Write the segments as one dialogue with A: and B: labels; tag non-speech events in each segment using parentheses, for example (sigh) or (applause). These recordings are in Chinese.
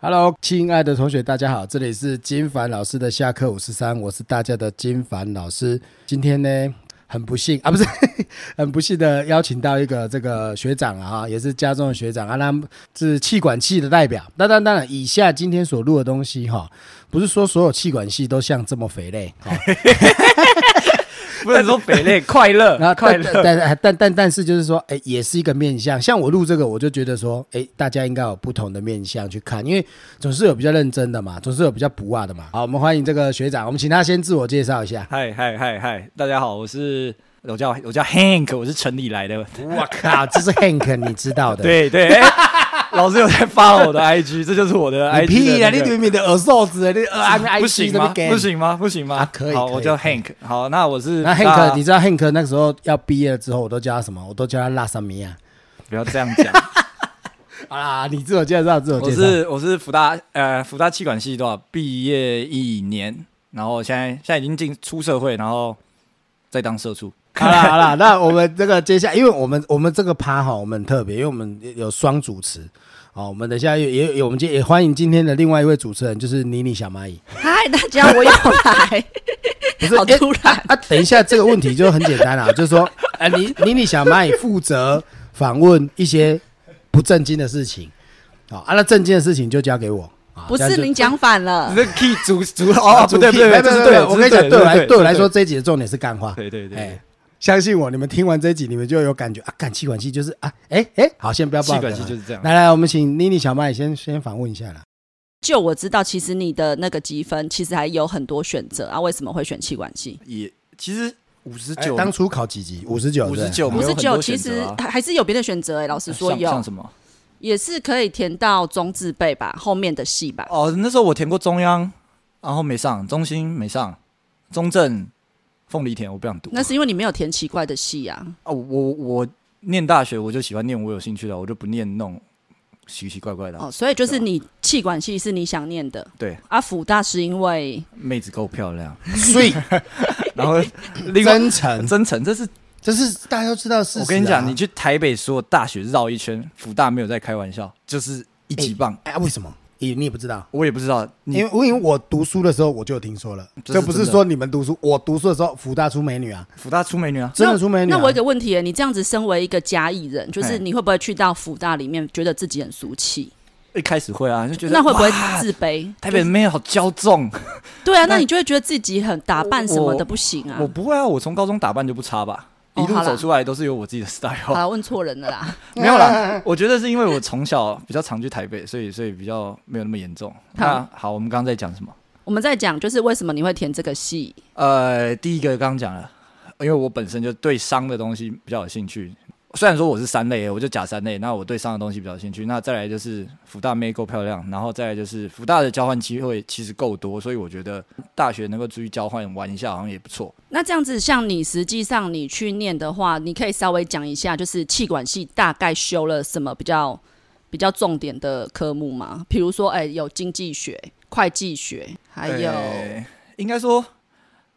A: Hello，亲爱的同学，大家好，这里是金凡老师的下课五十三，我是大家的金凡老师。今天呢，很不幸 (laughs) 啊，不是很不幸的邀请到一个这个学长啊，哈也是家中的学长啊，那是气管系的代表。那当当然，以下今天所录的东西哈、不是说所有气管系都像这么肥累，哈、
B: (laughs) 不能说
A: (laughs)
B: 肥累，快乐，
A: 然后
B: 快
A: 但
B: 乐。
A: 但但但但是就是说，哎，也是一个面向。像我录这个，我就觉得说，哎，大家应该有不同的面向去看，因为总是有比较认真的嘛，总是有比较不啊的嘛。好，我们欢迎这个学长，我们请他先自我介绍一下。
B: 嗨嗨嗨嗨，大家好，我是我叫我叫 Hank，我是城里来的。
A: 我靠，这是
B: (laughs)
A: Hank，你知道的。，
B: 对对，哎 (laughs) 老师有在发我的 IG，这就是我的 IG
A: 你屁
B: 的
A: 啦，
B: 那
A: 你
B: 个
A: 明明的耳
B: (laughs)
A: 瘦子，啊你耳安 I
B: 不
A: G
B: 行
A: 那
B: 吗？
A: 边
B: 不。行吗？不行吗
A: 啊？可以
B: 好，
A: 可以
B: 我叫
A: 可
B: Hank。好，那我是
A: 那
B: 大
A: Hank，你知道 Hank 那个时候要毕业了之后，我都叫他什么？我都叫他拉萨米亚。
B: 不要这样讲。
A: 啊，你自我介绍， (laughs) 自我
B: 我
A: 介绍。
B: 是我是福大呃福大气管系多少毕业一年，然后现在现在已经进出社会，然后再当社畜。
A: 好啦好啦，那我们这个接下来，因为我们我们这个趴哈，我们很特别，因为我们有双主持。哦，我们等一下也也也，我们今也欢迎今天的另外一位主持人，就是妮妮小蚂蚁。
C: 嗨，大家，我又 (laughs) 来，
A: 不是
C: 好
A: 诶
C: 突然
A: 啊！等一下，这个问题就很简单啦，就是说，啊， (laughs) 妮妮妮小蚂蚁负责访问一些不正经的事情，好、啊，那正经的事情就交给我啊。
C: 不
A: 这样
C: 是
A: 就哎
C: 您讲反了
B: 你，这 key 主主哦，不对不对
A: 没有
B: 不
A: 没有
B: 对，
A: 没有我跟你讲，对我来对我来，说，
B: 这
A: 这一集的重点是干话。
B: 对对对对
A: 哎，相信我，你们听完这一集，你们就有感觉啊，感气管系就是啊，哎哎，好，先不要
B: 对
A: 报
B: 气管系就是这样。
A: 来来，我们请妮妮小麦先先访问一下啦。
C: 就我知道，其实你的那个积分其实还有很多选择啊，为什么会选气管系？
B: 也其实五十
A: 哎
B: 九，
A: 当初考几级？五十九，
B: 59 (laughs)
C: 五
B: 没有
C: 十
B: 很
C: 九
B: 多
C: 其
B: 选择
C: 实
B: 啊
C: 还还是有别的选择哎、老实说
B: 像
C: 有
B: 像，什么？
C: 也是可以填到中字辈吧，后面的系吧。
B: 哦，那时候我填过中央，然后没上，中心没上，中正、凤梨田我不想读。
C: 那是因为你没有填奇怪的系啊，
B: 啊，我我我念大学我就喜欢念我有兴趣的，我就不念那种奇奇怪怪的。啊
C: 哦，所以就是你气管系是你想念的，
B: 对，
C: 啊，辅大是因为
B: 妹子够漂
C: (laughs)
B: 亮，
A: 所以
B: 然后另外
A: 真诚，
B: 真诚，这是
A: 这是大家都知道的事实啊。
B: 我跟你讲，你去台北所有大学绕一圈，福大没有在开玩笑，就是一级棒。
A: 哎，为什么？你你也不知道。
B: 我也不知道，
A: 因
C: 哎
B: 你
A: 为因为我读书的时候我就有听说了，
B: 这是
A: 这不是
B: 真的
A: 说你们读书，我读书的时候福大出美女啊，
B: 福大出美女啊？
A: 真的出美女啊。
C: 那我有一个问题欸耶，你这样子身为一个嘉义人，就是
B: 嘿
C: 你会不会去到福大里面觉得自己很俗气？
B: 一开始会啊，就觉得
C: 那会不会
B: 哇
C: 自卑？
B: 台北妹好骄纵？
C: 对啊，
B: 那
C: 那你就会觉得自己很打扮什么
B: 我
C: 的不行啊
B: 我。不会啊，我从高中打扮就不差吧，
C: 哦
B: 一路
C: 好啦
B: 走出来都是有我自己的
C: 好
B: style。
C: 了，问错人
B: (laughs)
C: 了啦。
B: 没有啦，我觉得是因为我从小比较常去台北，所以所以比较没有那么严重。那好，我们刚刚在讲什么？
C: 我们在讲就是为什么你会填这个系，
B: 呃，第一个刚刚讲了，因为我本身就对商的东西比较有兴趣。虽然说我是三类，我就假三类，那我对商的东西比较有兴趣。那再来就是福大妹够漂亮，然后再来就是福大的交换机会其实够多，所以我觉得大学能够出去交换玩一下好像也不错。
C: 那这样子像你实际上你去念的话，你可以稍微讲一下，就是气管系大概修了什么比较比较重点的科目吗？比如说，哎、有经济学、会计学，还有、
B: 呃应该说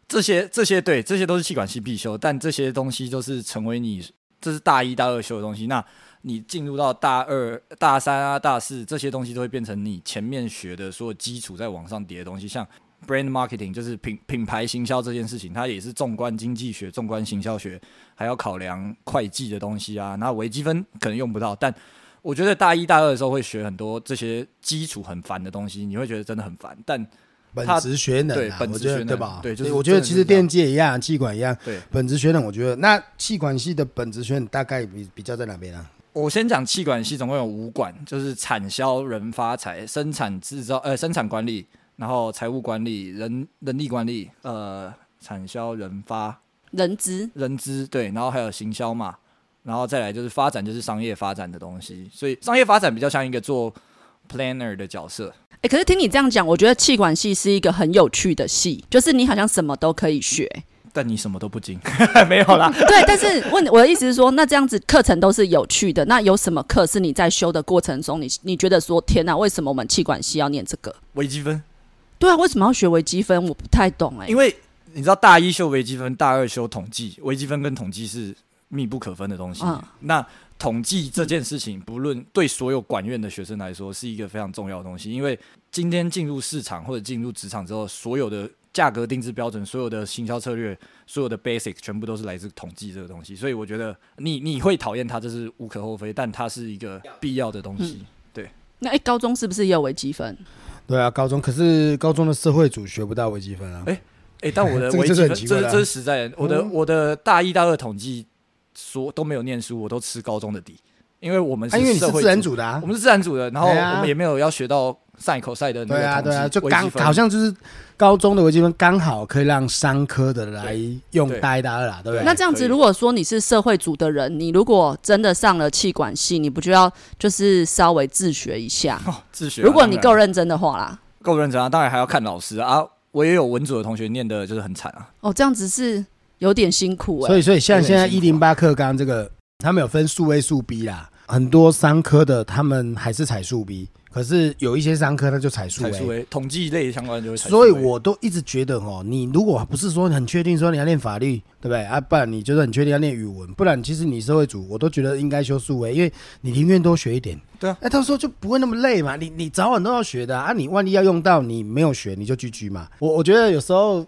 B: 这些这些对，这些都是气管系必修，但这些东西就是成为你这是大一大二修的东西。那你进入到大二、大三啊、大四这些东西，都会变成你前面学的所有基础在往上叠的东西，像。Brand marketing 就是品品牌行销这件事情，它也是纵观经济学、纵观行销学，还要考量会计的东西啊。那微积分可能用不到，但我觉得大一大二的时候会学很多这些基础很烦的东西，你会觉得真的很烦。但
A: 本
B: 他
A: 职学能、啊，
B: 对本
A: 我
B: 职
A: 觉得
B: 学能
A: 对吧？
B: 对就是
A: 我觉得
B: 真的
A: 其
B: 是
A: 实
B: 这样
A: 电界一样，气管一样，
B: 对，
A: 本职学能，我觉得那气管系的本职学能大概比比较在哪边啊？
B: 我先讲气管系，总共有五管，就是产销、人发财、生产制造、呃生产管理，然后财务管理、人人力管理，呃产销、人发、
C: 人资。
B: 人资，对，然后还有行销嘛，然后再来就是发展，就是商业发展的东西，所以商业发展比较像一个做 planner 的角色，
C: 哎、可是听你这样讲，我觉得气管系是一个很有趣的系，就是你好像什么都可以学。
B: 但你什么都不精， (laughs) 没有啦，
C: (laughs) 对，但是问我的意思是说，那这样子课程都是有趣的，那有什么课是你在修的过程中，你你觉得说天哪，为什么我们气管系要念这个？
B: 微积分。
C: 对啊，为什么要学微积分？我不太懂哎、
B: 因为你知道大一修微积分，大二修统计，微积分跟统计是密不可分的东西。
C: 嗯
B: 那统计这件事情，不论对所有管院的学生来说，是一个非常重要的东西。因为今天进入市场或者进入职场之后，所有的价格定制标准、所有的行销策略、所有的 basic，全部都是来自统计这个东西。所以我觉得你你会讨厌它，这是无可厚非，但它是一个必要的东西。
C: 那哎、高中是不是也有微积分？
A: 对啊，高中可是高中的社会组学不到微积分啊。
B: 哎诶，但我
A: (laughs)
B: 的
A: 这个
B: 微
A: 就
B: 积
A: 是
B: 分，
A: 很
B: 这
A: 奇
B: 是
A: 怪的啊
B: 这是实在的。我的、
A: 嗯
B: 我的大一大二统计所都没有念书，我都吃高中的底，因为我们是
A: 啊，因为你
B: 社
A: 是
B: 会
A: 自然
B: 组，
A: 组的啊
B: 我。们是自然组的，然后
A: 对啊
B: 我们也没有要学到赛口赛的那
A: 对
B: 个
A: 啊，
B: 统计
A: 对啊，就
B: 微
A: 刚
B: 积分
A: 好像就是高中的微积分刚好可以让商科的来用
B: 对
A: 大一、大二啦，对不对？
C: 那这样
B: 可
C: 子，
B: 以
C: 如果说你是社会组的人，你如果真的上了气管系，你不就要就是稍微自学一下？
B: 哦自学啊、
C: 如果你
B: 当
C: 够
B: 然
C: 认真的话啦，
B: 够认真啊，当然还要看老师啊。啊我也有文组的同学念的就是很惨啊，
C: 哦，这样子是有点辛苦哎、
A: 所以，所以像
B: 有点
A: 现在一
B: 辛苦啊
A: 零八课纲这个，他们有分数 A、数 B 啦。很多商科的他们还是采数 B，可是有一些商科他就采数啊
B: 才数
A: A。
B: A 统计类相关就会才数 A。
A: 所以我都一直觉得哦，你如果不是说很确定说你要念法律，对不对啊？不然你就是很确定要念语文，不然其实你社会组我都觉得应该修数 A，因为你宁愿多学一点。
B: 对啊
A: 哎，到时候就不会那么累嘛。你你早晚都要学的啊，啊你万一要用到你没有学，你就 GG 嘛。我我觉得有时候，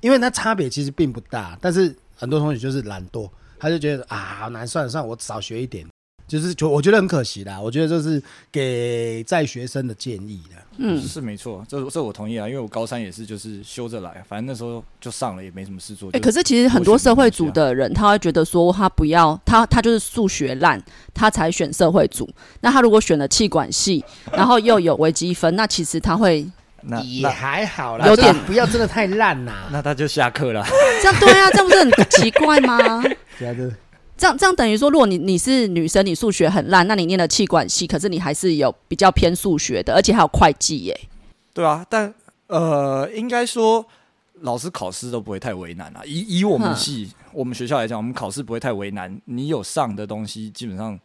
A: 因为它差别其实并不大，但是很多同学就是懒惰，他就觉得啊，好难算了算了，我少学一点。就是就我觉得很可惜啦，我觉得这是给在学生的建议啦。
C: 嗯，
B: 是没错，这这我同意啊，因为我高三也是就是修着来，反正那时候就上了也没什么事做。
C: 哎、
B: 就
C: 可是其实很多社会组的人，他会觉得说他不要他他就是数学烂，他才选社会组。那他如果选了气管系，然后又有微积分，那其实
B: (laughs)
C: 他会
B: 那
A: 也
B: 那
A: 还好啦，
C: 有点
A: 就是不要真的太烂
B: (laughs)
A: 啦。
B: 那他就下课了。
C: 这样对啊，这样不是很奇怪吗？ (laughs)
A: 对啊，对
C: 这样这样等于说，如果你你是女生，你数学很烂，那你念了气管系，可是你还是有比较偏数学的，而且还有会计耶、
B: 对啊，但呃，应该说老师考试都不会太为难啊。以以我们
C: 哼
B: 系我们学校来讲，我们考试不会太为难，你有上的东西基本上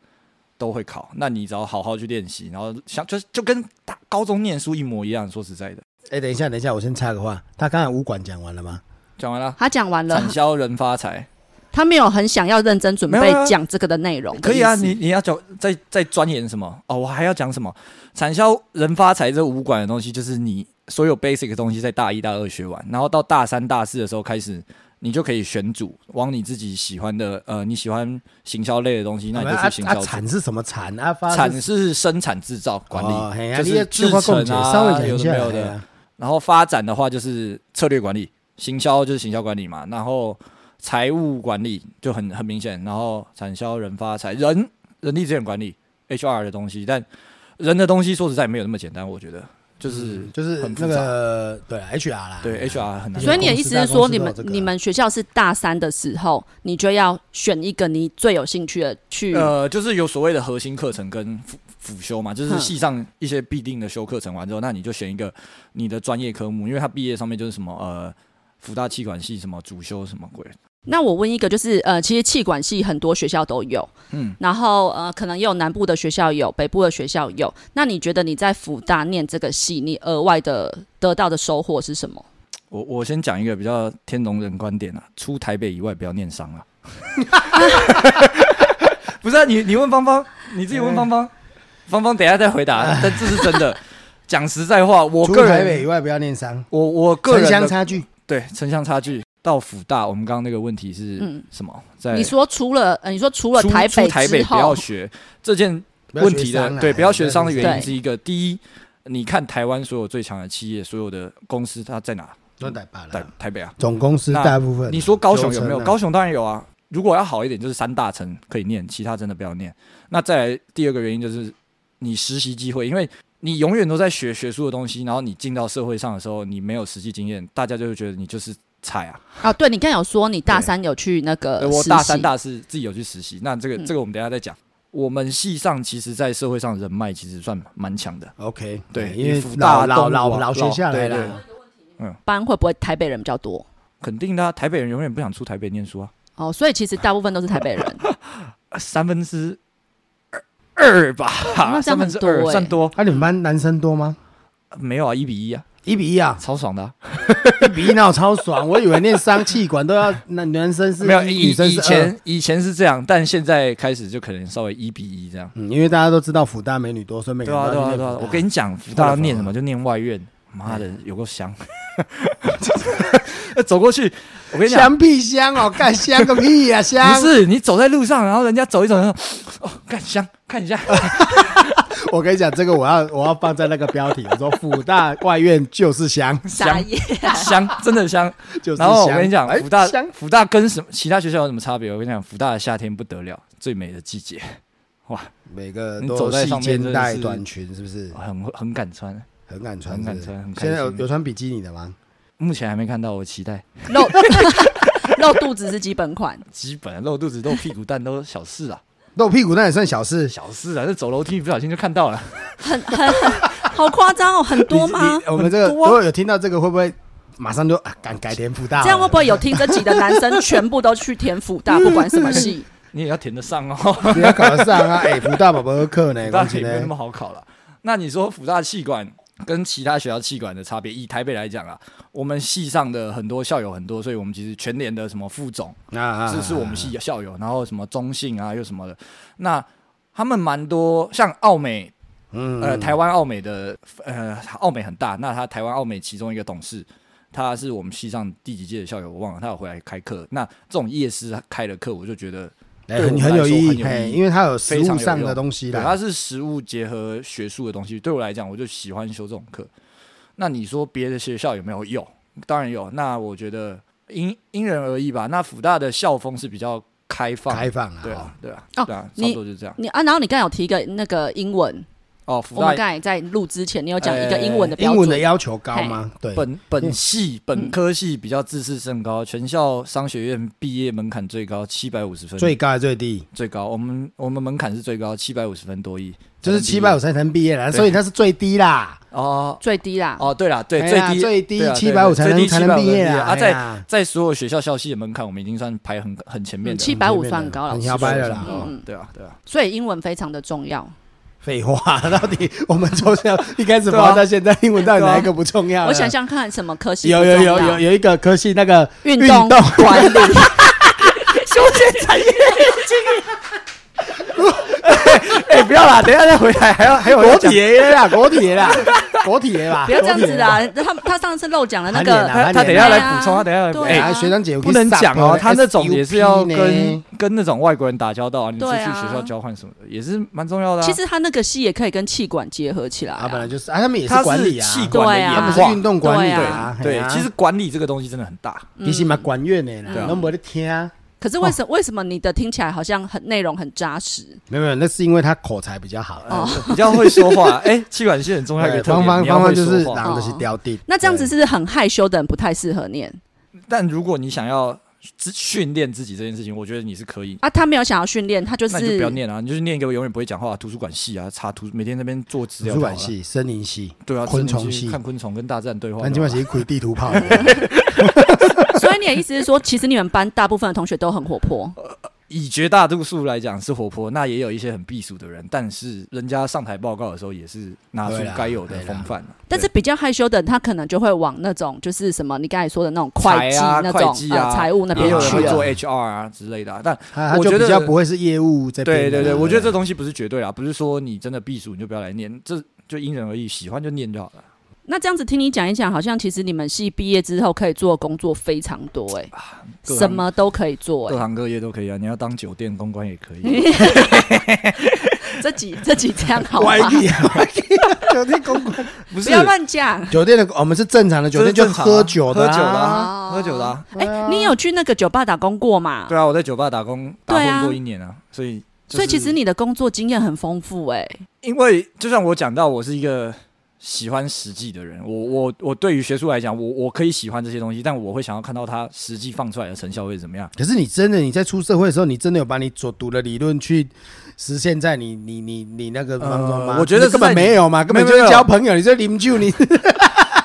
B: 都会考，那你只要好好去练习，然后像就就跟大高中念书一模一样。说实在的，
A: 哎、等一下，等一下，我先插个话，他刚才武馆讲完了吗？
B: 讲完了，
C: 他讲完了
B: 产，销人发财
C: 他没有很想要认真准
B: 没
C: 备
B: 有啊
C: 讲这个的内容的
B: 可
C: 意思。
B: 以啊，你你要讲再再钻研什么哦？我还要讲什么？产销人发财这五管的东西，就是你所有 basic 的东西在大一大二学完，然后到大三大四的时候开始，你就可以选组，往你自己喜欢的呃，你喜欢行销类的东西，那你就
A: 啊
B: 去行
A: 啊，
B: 销组。
A: 产是什么产啊？发
B: 产是生产制造管理，
A: 哦嘿啊、
B: 就是
A: 你也
B: 制
A: 这块
B: 成
A: 共解稍微
B: 啊，
A: 讲
B: 有
A: 一
B: 的
A: 下，
B: 没有
A: 嘿
B: 的。
A: 啊
B: 然后发展的话就是策略管理，行销就是行销管理嘛，然后财务管理就很很明显，然后产销人发财人人力资源管理 HR 的东西，但人的东西说实在没有那么简单，我觉得就是
A: 嗯就是
B: 很
A: 那
B: 复杂
A: 个对 HR 啦，啊
B: 对 HR 很难
C: 所以你的意思是说，你们
A: 公司大公司都有这个啊
C: 你们学校是大三的时候，你就要选一个你最有兴趣的去。
B: 呃，就是有所谓的核心课程跟辅辅修嘛，
A: 嗯
B: 就是
C: 哼
B: 系上一些必定的修课程完之后，那你就选一个你的专业科目，因为它毕业上面就是什么呃，福大气管系什么主修什么鬼，
C: 那我问一个，就是呃，其实气管系很多学校都有，
B: 嗯，
C: 然后呃，可能也有南部的学校有，北部的学校有。那你觉得你在福大念这个系，你额外的得到的收获是什么？
B: 我我先讲一个比较天龙人观点啊，出台北以外不要念商
A: (laughs)
B: 啊。不是啊，你你问芳芳，你自己问芳芳，芳芳等一下再回答，但这是真
A: (laughs)
B: 的。讲实在话，我
A: 啊除
B: 个
A: 了哎台北以
B: 人，
A: 外不要念商，
B: 我我个
A: 城
B: 人
A: 乡
B: 的
A: 差距。
B: 对城乡差距到辅大，我们刚刚那个问题是
C: 嗯
B: 什么？在
C: 你说除了呃，你说除了
B: 出
C: 台
B: 出哎
C: 北
B: 台北
C: 之
B: 不要
C: 后，
B: 学这件
A: 不要
B: 问
A: 学
B: 题
A: 商
B: 的
A: 啊，
B: 对，不要学商的原因
C: 对
B: 是一个，第一，你看台湾所有最强的企业，所有的公司它在哪？
A: 都台北
B: 在
A: 啦，
B: 台北啊。
A: 总公司
B: 那
A: 大部分。
B: 你说高雄有没
A: 九
B: 有？
A: 成啊
B: 高雄当然有啊。如果要好一点，就是三大城可以念，其他真的不要念。那再来第二个原因就是你实习机会，因为你永远都在学学术的东西，然后你进到社会上的时候，你没有实际经验，大家就会觉得你就是菜啊。
C: 啊，对你刚才有说你大
B: 对
C: 三有去那个
B: 呃我
C: 实
B: 大
C: 习
B: 三大四自己有去实习，那这个、这个我们等一下再讲。我们系上其实，在社会上人脉其实算蛮强的，
A: OK，
B: 对
A: 因为
B: 福
A: 老
B: 大
A: 老
B: 动物啊
A: 老老学
B: 老
A: 下来
B: 对对
A: 啦，
C: 班会不会台北人比较多？
B: 肯定的啊、台北人永远不想出台北念书啊，
C: 哦，所以其实大部分都是台北人。
B: 啊三分之二二吧，
C: 那这样
B: 三分
C: 很
B: 之
C: 多
B: 二
C: 欸
B: 算多，
A: 啊，你们班男生多吗？
B: 没有啊，一比一啊。
A: 一比一啊，
B: 超爽的啊、
A: (laughs) 一比一闹超爽。我以为念商气管都要那男生是
B: 没有
A: 一，
B: 以
A: 女生
B: 以
A: 是呃二。
B: 前以前是这样，但现在开始就可能稍微一比一这样。
A: 嗯，因为大家都知道福大美女多，所以每个
B: 对
A: 人
B: 啊，
A: 都
B: 对
A: 要
B: 啊，
A: 去念福
B: 对啊！我
A: 大
B: 跟你讲，福大要念什么就念外院，妈
A: 哎
B: 的，有够香！ (laughs) 走过去，我跟你讲，
A: 香屁香哦，干香个屁呀、
B: 不
A: 香！
B: 是你走在路上，然后人家走一走，然后哦，干香，看一下， (laughs)
A: 我跟你讲，这个我要我要放在那个标题，我说福大外院就是
B: (laughs)
A: 香，
C: 傻眼，
B: 香，真的香。
A: 就是香。
B: 然后我跟你讲，
A: 哎
B: 福大
A: 香，
B: 福大跟什么其他学校有什么差别？我跟你讲，福大的夏天不得了，最美的季节，
A: 每个
B: 你
A: 都
B: 走在
A: 细
B: 上面
A: 肩
B: 真的
A: 带
B: 是
A: 短裙，是不是
B: 很很敢穿。
A: 很敢穿
B: 很敢
A: 是不是
B: 穿很开
A: 现在有
B: 心
A: 有穿比基尼的吗？
B: 目前还没看到，我期待。
C: 露露肚子是基本款，
B: 基本露肚子、露屁股蛋都小事啊，
A: 露屁股那也算小事，
B: 小事啊，这走楼梯不小心就看到了。 (laughs)
C: 好夸张哦，很多
A: 你
C: 吗
A: 你？我们这个
B: 很
A: 如
B: 多啊
A: 果有听到这个，会不会马上就啊敢改天福大了？
C: 这样会不会有听这集的男
A: (laughs)
C: 生全部都去填辅大，不管什么系？
B: 你也要填得上哦，
A: 你要搞得上
B: (laughs)
A: 啊？哎，福大宝宝课呢？
B: 大
A: 恭
B: 学
A: 喜
B: (laughs) 也没有那
A: 呢
B: 么！好考了。那你说辅大气管跟其他学校气管的差别？以台北来讲啊，我们系上的很多校友很多，所以我们其实全联的什么副总，
A: 啊啊
B: 这是我们系校友，然后什么中信啊，又什么的。那他们蛮多，像澳美，
A: 嗯
B: 呃，台湾澳美的，呃，澳美很大，那他台湾澳美其中一个董事，他是我们系上第几届的校友，我忘了，他有回来开课。那这种夜师开的课，我就觉得
A: 哎
B: 对我
A: 很
B: 们
A: 很
B: 来
A: 有
B: 说
A: 意
B: 很
A: 义，
B: 有
A: 嘿，
B: 意义
A: 因为它有实
B: 非常
A: 物
B: 有
A: 上的
B: 用
A: 东西
B: 对，
A: 啦
B: 它。是实物结合学术的东西。对我来讲，我就喜欢修这种课。那你说别的学校有没有？有，当然有。那我觉得因因人而异吧。那辅大的校风是比较开放，
A: 开放啊，
B: 对
A: 哦
B: 啊，对啊，
C: 哦
B: 对啊，
C: 你
B: 差不多就是这样。
C: 你啊，然后你刚才有提一个那个英文，
B: 哦，辅
C: 我们
B: 大
C: 刚才在录之前，你有讲一个英文的标
A: 哎英文的
C: 准，
A: 要求高吗？对，
B: 本
A: 嗯
B: 本系本
C: 嗯
B: 科系比较自视甚高，全校商学院毕业门槛最高七百五十分，
A: 最高还是最低？
B: 最高。我们我们门槛是最高七百五十分多一，
A: 就是七百五才能毕业啦，
B: 对
A: 所以它是最低啦。
B: 哦。
C: 最低啦。
B: 哦，对了，对，
A: 哎
B: 最
A: 呀
B: 低
A: 最低
B: 对啊对
A: 七百五才
B: 最
A: 能
B: 低
A: 才能
B: 750
A: 毕业啦。
B: 啊，
A: 哎
B: 在
A: 呀
B: 在所有学校校系的门槛，我们已经算排很很前面的
C: 嗯七
B: 了。
C: 百
A: 前面
C: 五
A: 的
C: 算高了，
A: 很
C: 老实
A: 摇摆
C: 说
A: 了啦
C: 嗯
A: 哦
C: 嗯，
B: 对啊，对啊，
C: 所以英文非常的重要。
A: 废话， (laughs) 到底我们从小一开始
B: 对啊啊
A: 玩到现在，英文到底哪一个不重要了？
C: 我想想看，什么科系
A: 有
C: 不
A: 有
C: 重
A: 有
C: 要
A: 有有一个科系那个
C: 运
A: 动 (laughs)
C: 动管
A: 嗯
C: 理、休闲产业。
B: 哎，不要啦，等一下再回来，还要还有
A: 国
B: 要讲
A: 铁啦，国铁啦， (laughs) 国铁啦，
C: 不要这样子
B: 啊
A: 啦！
C: 啦！他他上次漏讲了那
A: 啊韩联啊
C: 个，
B: 他他等一下来补充，他等一下来补。
C: 对
B: 哎
C: 啊
A: 哎，学长姐，我可
B: 不
A: 以
B: 能
A: 撒
B: 讲
A: 泼
B: 哦
A: 嘞，
B: 他那种也是要
A: SUP
B: 跟
A: 呢
B: 跟那种外国人打交道啊，你出去
C: 对啊
B: 学校交换什么的，也是蛮重要的啊。
C: 其实他那个系也可以跟气管结合起来
A: 啊，本来
C: 啊。
A: 就是啊，他们也
B: 他
A: 是管理啊，
B: 气管的
C: 对啊
A: 他
B: 演
A: 们
B: 化
A: 是运动管理
C: 对
A: 啊
C: 啊，
A: 嘿
B: 对
A: 啊，
B: 其实管理这个东西真的很大。
A: 其实蛮管乐的啦
B: 对，啊
A: 都没得听啊。
C: 可是为
B: 哦
C: 什为什么你的听起来好像很内容很扎实？
A: 没有没有，那是因为他口才比较好。啊
C: 哦
B: 比较会说话， (laughs) 哎，气管系很重要一
A: 对
B: 个特
A: 方
B: 点，
A: 方
B: 你要
A: 方
B: 会
A: 方就是
B: 说话。哦
A: 狼的是雕定，
C: 那这样子是不是很害羞的人不太适合念
B: 但如果你想要自训练自己这件事情，我觉得你是可以
C: 啊？他没有想要训练，他就
B: 那你就不要
C: 是
B: 念了、啊你就是念一个永远不会讲话的图书馆系啊，查图每天在那边做资
A: 对
B: 料
A: 图
B: 就
A: 书
B: 好了。
A: 馆系、森林系，
B: 对啊，
A: 昆
B: 真的
A: 虫
B: 去
A: 系
B: 看昆虫跟大自然对话
A: 但基
B: 就好
A: 本
B: 了。
A: 上是鬼地图炮。
C: (laughs)
B: (laughs)
C: 所以你的意思是说，其实你们班大部分的同学都很
B: (laughs)
C: 活泼，
B: 以绝大多数来讲是活泼，那也有一些很避暑的人，但是人家上台报告的时候也是拿出
A: 对啦
B: 该有的
A: 对啦
B: 风范啊、
C: 但是
B: 对
C: 比较害羞的人，他可能就会往那种就是什么你刚才说的那种会计
B: 财啊
C: 那
B: 会
C: 种
B: 计啊
C: 呃财务那
A: 别
C: 边
B: 也有人
A: 去
B: 会
A: 啊
B: 做 HR 啊之类的啊、但
A: 他他
B: 我
A: 就
B: 觉
A: 比
B: 得
A: 较不会是业务这边的
B: 对
A: 啦。
B: 对对，我觉得这东西不是绝对啦，不是说你真的避暑你就不要来念，这就因人而异，喜欢就念就好了。
C: 那这样子听你讲一讲，好像其实你们系毕业之后可以做的工作非常多哎、
B: 各行
C: 什么都可以做
B: 各
C: 哎、
B: 行各业都可以啊，你要当酒店公关也可以，
C: 这几这几这 (laughs) 样好吗
A: 歪？理啊，歪理啊酒店公关，
B: (laughs) 不是
C: (laughs) 不要乱讲。
A: 酒店的我们是正常的酒店，
B: 这
A: 就是
B: 正常啊
A: 喝酒的
B: 喝酒的
A: 啊。
B: 啊，喝酒的啊。
C: 哎、你有去那个酒吧打工过嘛？
B: 对啊，我在酒吧打工打
C: 对啊
B: 混过一年啊，所以、就是
C: 所以其实你的工作经验很丰富哎、
B: 因为就像我讲到，我是一个喜欢实际的人，我我我对于学术来讲，我我可以喜欢这些东西，但我会想要看到它实际放出来的成效会怎
A: (laughs)
B: 么样。
A: 可是你真的你在出社会的时候，你真的有把你所读的理论去实现在你你你你那个当中吗？
B: 呃我觉得是
A: 根
B: 在
A: 本
B: 你
A: 没有嘛，根本就
B: 没有
A: 是
B: 没有
A: 交朋友，你就邻居，
B: (laughs)
A: 你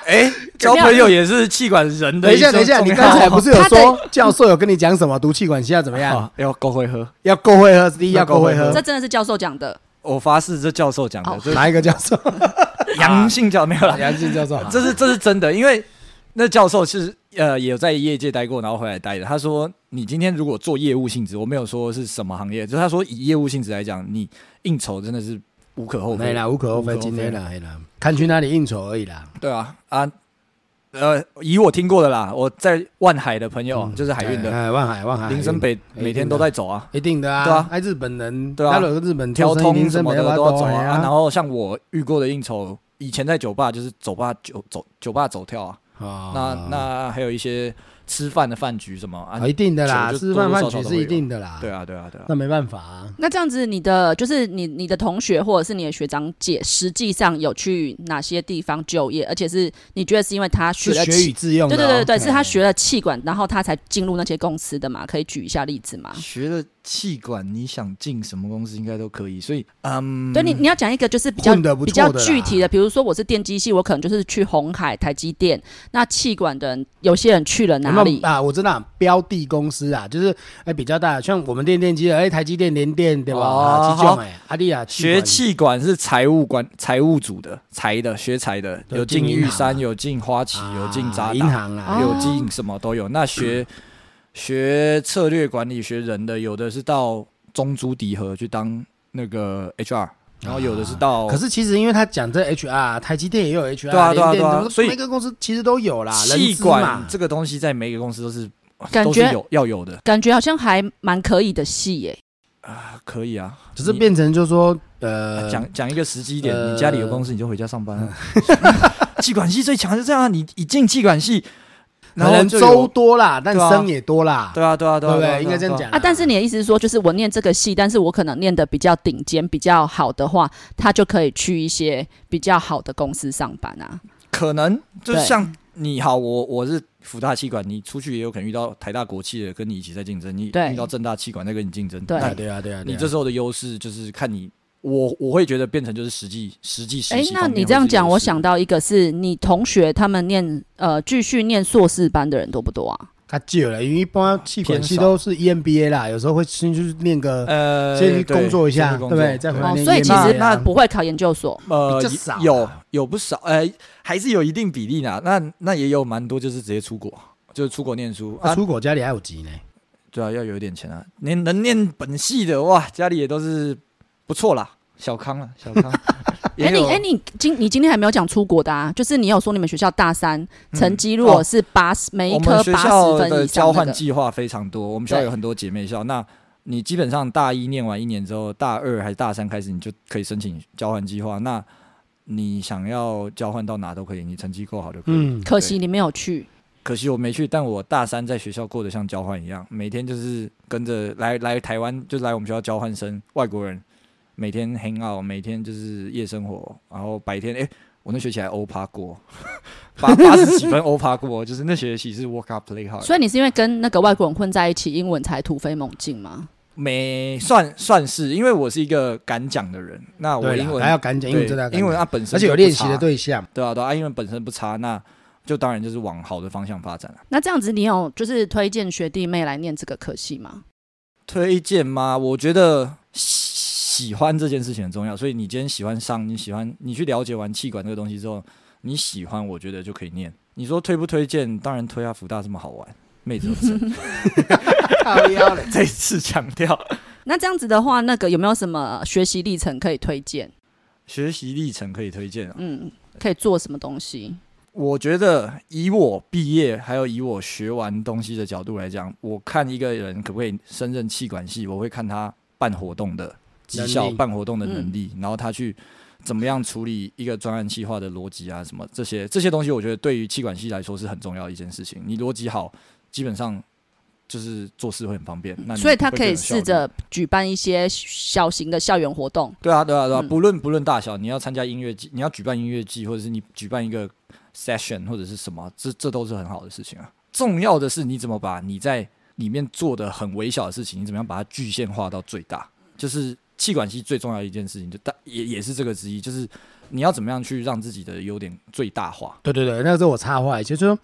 B: 哎、交朋友也是气管人的
A: 等一下
B: 种
A: 等一下，你
B: 重要
A: 刚
B: (laughs)
A: 才不是有
C: 他的
A: 说教授有跟你讲什么？读气管系要怎么样？
B: 啊要够会喝，
A: 要够会喝，第一
B: 要
A: 要够会
B: 够会
A: 喝
B: 喝哦
C: 这。真的是教授讲的。
A: (laughs)
B: 我发誓这教授讲的，
C: 哦
B: 这 (laughs)
A: 哪一个教授？
B: 阳性教没有啦，
A: 良性教授，
B: 这是这是真的，因为那教授是呃也有在业界待过，然后回来待的。他说，你今天如果做业务性质，我没有说是什么行业，就是他说以业务性质来讲，你应酬真的是无可
A: (laughs)
B: 厚
A: 没
B: 非
A: 啦，无可厚非，今天啦，嘿啦，看去哪里应酬而已啦。
B: 对啊啊，呃，以我听过的啦，我在万海的朋友、就是海运的
A: 哎，万海，万海，
B: 林森北，每天都在走啊。
A: 一定的啊，
B: 对啊
A: 哎，日本人，
B: 对啊
A: 他有个日本
B: 调
A: 做生意
B: 通
A: 林
B: 什
A: 森
B: 么
A: 北
B: 的
A: 要
B: 都
A: 不要
B: 要走
A: 走
B: 啊。
A: 哎
B: 然后像我遇过的应酬，以前在酒吧就是酒吧酒走酒吧走跳啊，
A: 哦
B: 那那还有一些吃饭的饭局什么啊
A: 哦，一定的啦，
B: 酒就
A: 吃饭
B: 多多
A: 饭
B: 少
A: 局
B: 少都
A: 是
B: 会
A: 一
B: 有
A: 定的啦。
B: 对，啊对啊对啊，
A: 那没办法啊。
C: 那这样子，你的就是你你的同学或者是你的学长姐，实际上有去哪些地方就业？而且是你觉得是因为他学
A: 是
C: 了
A: 学
C: 气
A: 以，致用的
C: 对
A: 哦。
C: 对对对，
A: 嘿
C: 是他学了气管，然后他才进入那些公司的嘛？可以举一下例子吗？
B: 学了气管，你想进什么公司应该都可以。所以，嗯，
C: 对你，你要讲一个就是比较
A: 混得不
C: 比
A: 错的啊
C: 较
A: 啦
C: 具体的，比如说我是电机系，我可能就是去红海、台积电。那气管的人，有些人去了
A: 有
C: 哪
A: 没有
C: 里？
A: 啊？我知道标的公司啊，就是哎比较大，像我们电电机的，哎台积电、联电对吧？
B: 哦
A: 啊这
B: 好
A: 种哎，阿丽亚
B: 学气管是财务管财务组的，财的学财的，
A: 对
B: 有进
A: 进银
B: 玉
A: 行啊
B: 山，有进花旗，有进哦渣
A: 银
B: 打，
A: 行
C: 啊
A: 啊，
B: 有进什么都有。那学学策略管理、学人的，有的是到中珠迪和去当那个 HR，然后有的是到
A: 啊可是其实因为他讲这 HR，台积电也有 HR，
B: 对啊对
A: 联
B: 啊
A: 电
B: 对啊
A: 都
B: 所以
A: 每个公司其实都有啦，人
B: 气
A: 资
B: 管
A: 嘛
B: 这个东西，在每个公司都是
C: 感
B: 都是
C: 觉
B: 有要有的，
C: 感觉好像还蛮可以的戏耶、
B: 啊可以啊。
A: 只是
B: 你
A: 变成就是说呃，
B: 啊讲讲一个实际一点，
A: 呃嗯
B: 你家里有公司你就回家上班、啊。 (laughs) 气管系最强是这样啊，你一进气管系，然后
A: 人
B: 就
A: 州
B: 有
A: 多啦，但
B: 对啊
A: 生也多啦，
B: 对啊对啊对
A: 对
B: 啊，
A: 不
B: 对啊
A: 对？应该这样。
B: 对啊
A: 讲
C: 啊！但是你的意思是说，就是我念这个系，但是我可能念的比较顶尖、比较好的话，他就可以去一些比较好的公司上班啊。
B: 可能就是
C: 对
B: 像你好，我我是福大气管，你出去也有可能遇到台大国际的跟你一起在竞争，你
C: 对
B: 遇到正大气管在跟你竞争，
C: 对
A: 啊
B: 那
A: 对啊对啊，对
B: 你
A: 啊
B: 这时候的优势就是看你。我我会觉得变成就是实际实际实
C: 诶，
B: 习
C: 那
B: 方面
C: 你这样
B: 会是优
C: 讲，我
B: 势
C: 想到一个是你同学他们念呃继续念硕士班的人多不多啊？
A: 较久了，因为一般气管系都是 E EMBA 啦，有时候会先去念个，
B: 呃
A: 先去工作一下，
B: 先
A: 对
B: 去工
A: 不
B: 作
A: 对？再回来
C: 哦，
A: 念 EMBA 啊。
C: 所以其
B: 也
C: 实
B: 没
C: 那不会考研究所。
B: 呃，
A: 比较少啊
B: 有有不少，呃，还是有一定比例啦。那那也有蛮多就是直接出国，就是出国念书
A: 啊
B: 啊。
A: 出国家里还有急呢，
B: 对啊，要有一点钱啊。你能念本系的哇，家里也都是不错啦，小康啊，小
C: (laughs)
B: 康。
C: 哎、
B: 也
C: 你
B: 有
C: 哎、你今你今天还没有讲出国的啊？就是你有说你们学校大三
B: 嗯
C: 成绩如果
B: 哦
C: 是八十、每一
B: 我
C: 科
B: 们学
C: 八十
B: 校
C: 分
B: 的
C: 以上、
B: 交
C: 那
B: 换
C: 个，
B: 计划非常多，我们学校
C: 对
B: 有很多姐妹校。那你基本上大一念完一年之后，大二还是大三开始，你就可以申请交换计划。那你想要交换到哪都可以，你成绩够好就可以。
A: 嗯，
C: 可惜你没有去。
B: 可惜我没去，但我大三在学校过得像交换一样，每天就是跟着来来台湾，就来我们学校交换生外国人，每天 hang out，每天就是夜生活，然后白天诶，我那学期还欧趴过，八八十几分欧趴过，就是那学期是 work up play hard，
C: 所以你是因为跟那个外国人混在一起，英文才突飞猛进吗？
B: 没算算是，因为我是一个敢讲的人，那我
A: 对啊
B: 英
A: 啦，
B: 文
A: 还要赶紧，
B: 对
A: 英文真的要赶紧
B: 英文它啊本身
A: 而且有
B: 就不
A: 练习
B: 差
A: 的对象，
B: 对啊对啊，英文本身不差，那就当然就是往好的方向发展了。
C: 那这样子，你有就是推荐学弟妹来念这个科系吗？
B: 推荐吗？我觉得喜喜欢这件事情很重要，所以你今天喜欢上，你喜欢你去了解完气管这个东西之后，你喜欢，我觉得就可以念。你说推不推荐？当然推啊，福大这么好玩，妹子都生。
A: 靠腰嘞
B: 再次强调，
C: 那这样子的话，那个有没有什么学习历程可以推荐？
B: 学习历程可以推荐啊。
C: 嗯，可以做什么东西？
B: 我觉得以我毕业，还有以我学完东西的角度来讲，我看一个人可不可以胜任气管系，我会看他办活动的绩效、
A: 能力
B: 办活动的能力，
C: 嗯
B: 然后他去怎么样处理一个专案计划的逻辑啊，什么这些这些东西，我觉得对于气管系来说是很重要的一件事情。你逻辑好，基本上就是做事会很方便。那你
C: 所以他
B: 会
C: 可
B: 更有
C: 以
B: 效率
C: 试着举办一些小型的校园活动。
B: 对啊，对啊，对啊，
C: 嗯
B: 不论不论大小，你要参加音乐季，你要举办音乐季，或者是你举办一个 session 或者是什么，这这都是很好的事情啊。重要的是你怎么把你在里面做的很微小的事情，你怎么样把它具现化到最大，就是气管系最重要的一件事情，就大也也是这个之一，就是你要怎么样去让自己的优点最大化。
A: (laughs) 对对对，那个时候我插话，就是说，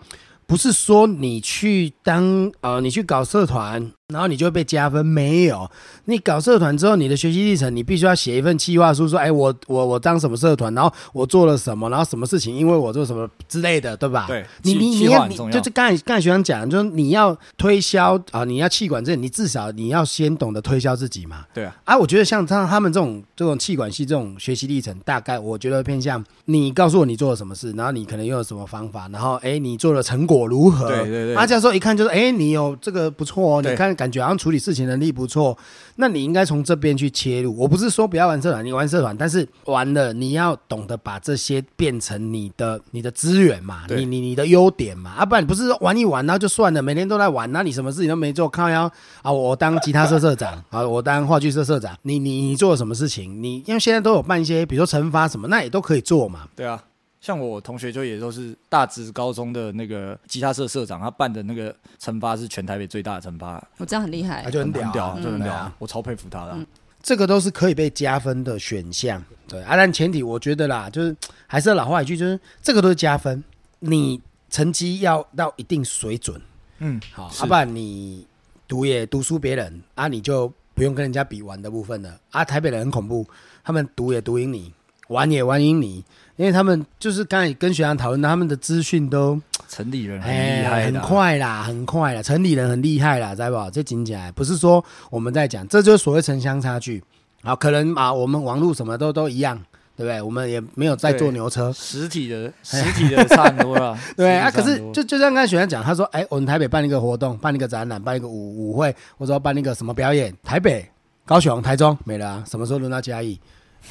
A: 不是说你去当呃，你去搞社团，然后你就会被加分。没有，你搞社团之后，你的学习历程，你必须要写一份计划书，说，哎，我我我当什么社团，然后我做了什么，然后什么事情，因为我做什么之类的，对吧？
B: 对
A: 你
B: 计
A: 你你
B: 计划
A: 要
B: 很
A: 你
B: 重要
A: 就是刚才刚才学长讲，就是你要推销啊，你要气管这，你至少你要先懂得推销自己嘛。
B: 对啊，
A: 啊，我觉得像他他们这种这种气管系这种学习历程，大概我觉得偏向你告诉我你做了什么事，然后你可能用了什么方法，然后哎你做的成果如何？
B: 对对对
A: 啊，教授一看就是哎你有这个不错哦，
B: 对
A: 你看感觉好像处理事情能力不错，那你应该从这边去切入。我不是说不要玩社团，你玩社团，但是玩了你要懂得把这些变成你的你的资源嘛，
B: 对
A: 你你你的优点嘛，啊不然你不是玩一玩然后就算了，每天都在玩，那你什么事情都没做，靠腰啊，我当吉他社社长啊，我当话剧社社长，你你你做了什么事情？你因为现在都有办一些，比如说惩罚什么，那也都可以做嘛。
B: 对啊。像我同学就也都是大直高中的那个吉他社社长，他办的那个惩罚是全台北最大的惩罚，
C: 我这样很厉害
A: 啊，，就很屌、
B: 屌
A: 啊，
B: 啊，
A: 对
B: 就
A: 不
B: 很
A: 对
B: 屌
A: 啊
B: 啊，我超佩服他的啊。
A: 这个都是可以被加分的选项。对啊，但前提我觉得啦，就是还是老话一句，就是这个都是加分，你成绩要到一定水准，
B: 嗯，
A: 好，
B: 是
A: 要、不然你读也读输别人啊，你就不用跟人家比玩的部分了啊。台北人很恐怖，他们读也读赢你，玩也玩赢你，因为他们就是刚才跟学长讨论，他们的资讯都
B: 城里人很
A: 哎
B: 厉害
A: 很
B: 的啊，
A: 快啦，很快啦，城里人很厉害啦，知道不？这紧起来不是说我们在讲，这就是所谓城乡差距。好，可能啊，我们网络什么都都一样，对不对？我们也没有在坐
B: 对
A: 牛车，。
B: 实体的实体的差很多了
A: (laughs) 对啊，可是就
B: 就。
A: 就像刚才学长讲，他说，哎，我们台北办一个活动，办一个展览，办一个舞舞会，或者说办一个什么表演，台北、高雄、台中没了、啊，什么时候轮到嘉
B: (laughs)
A: 义？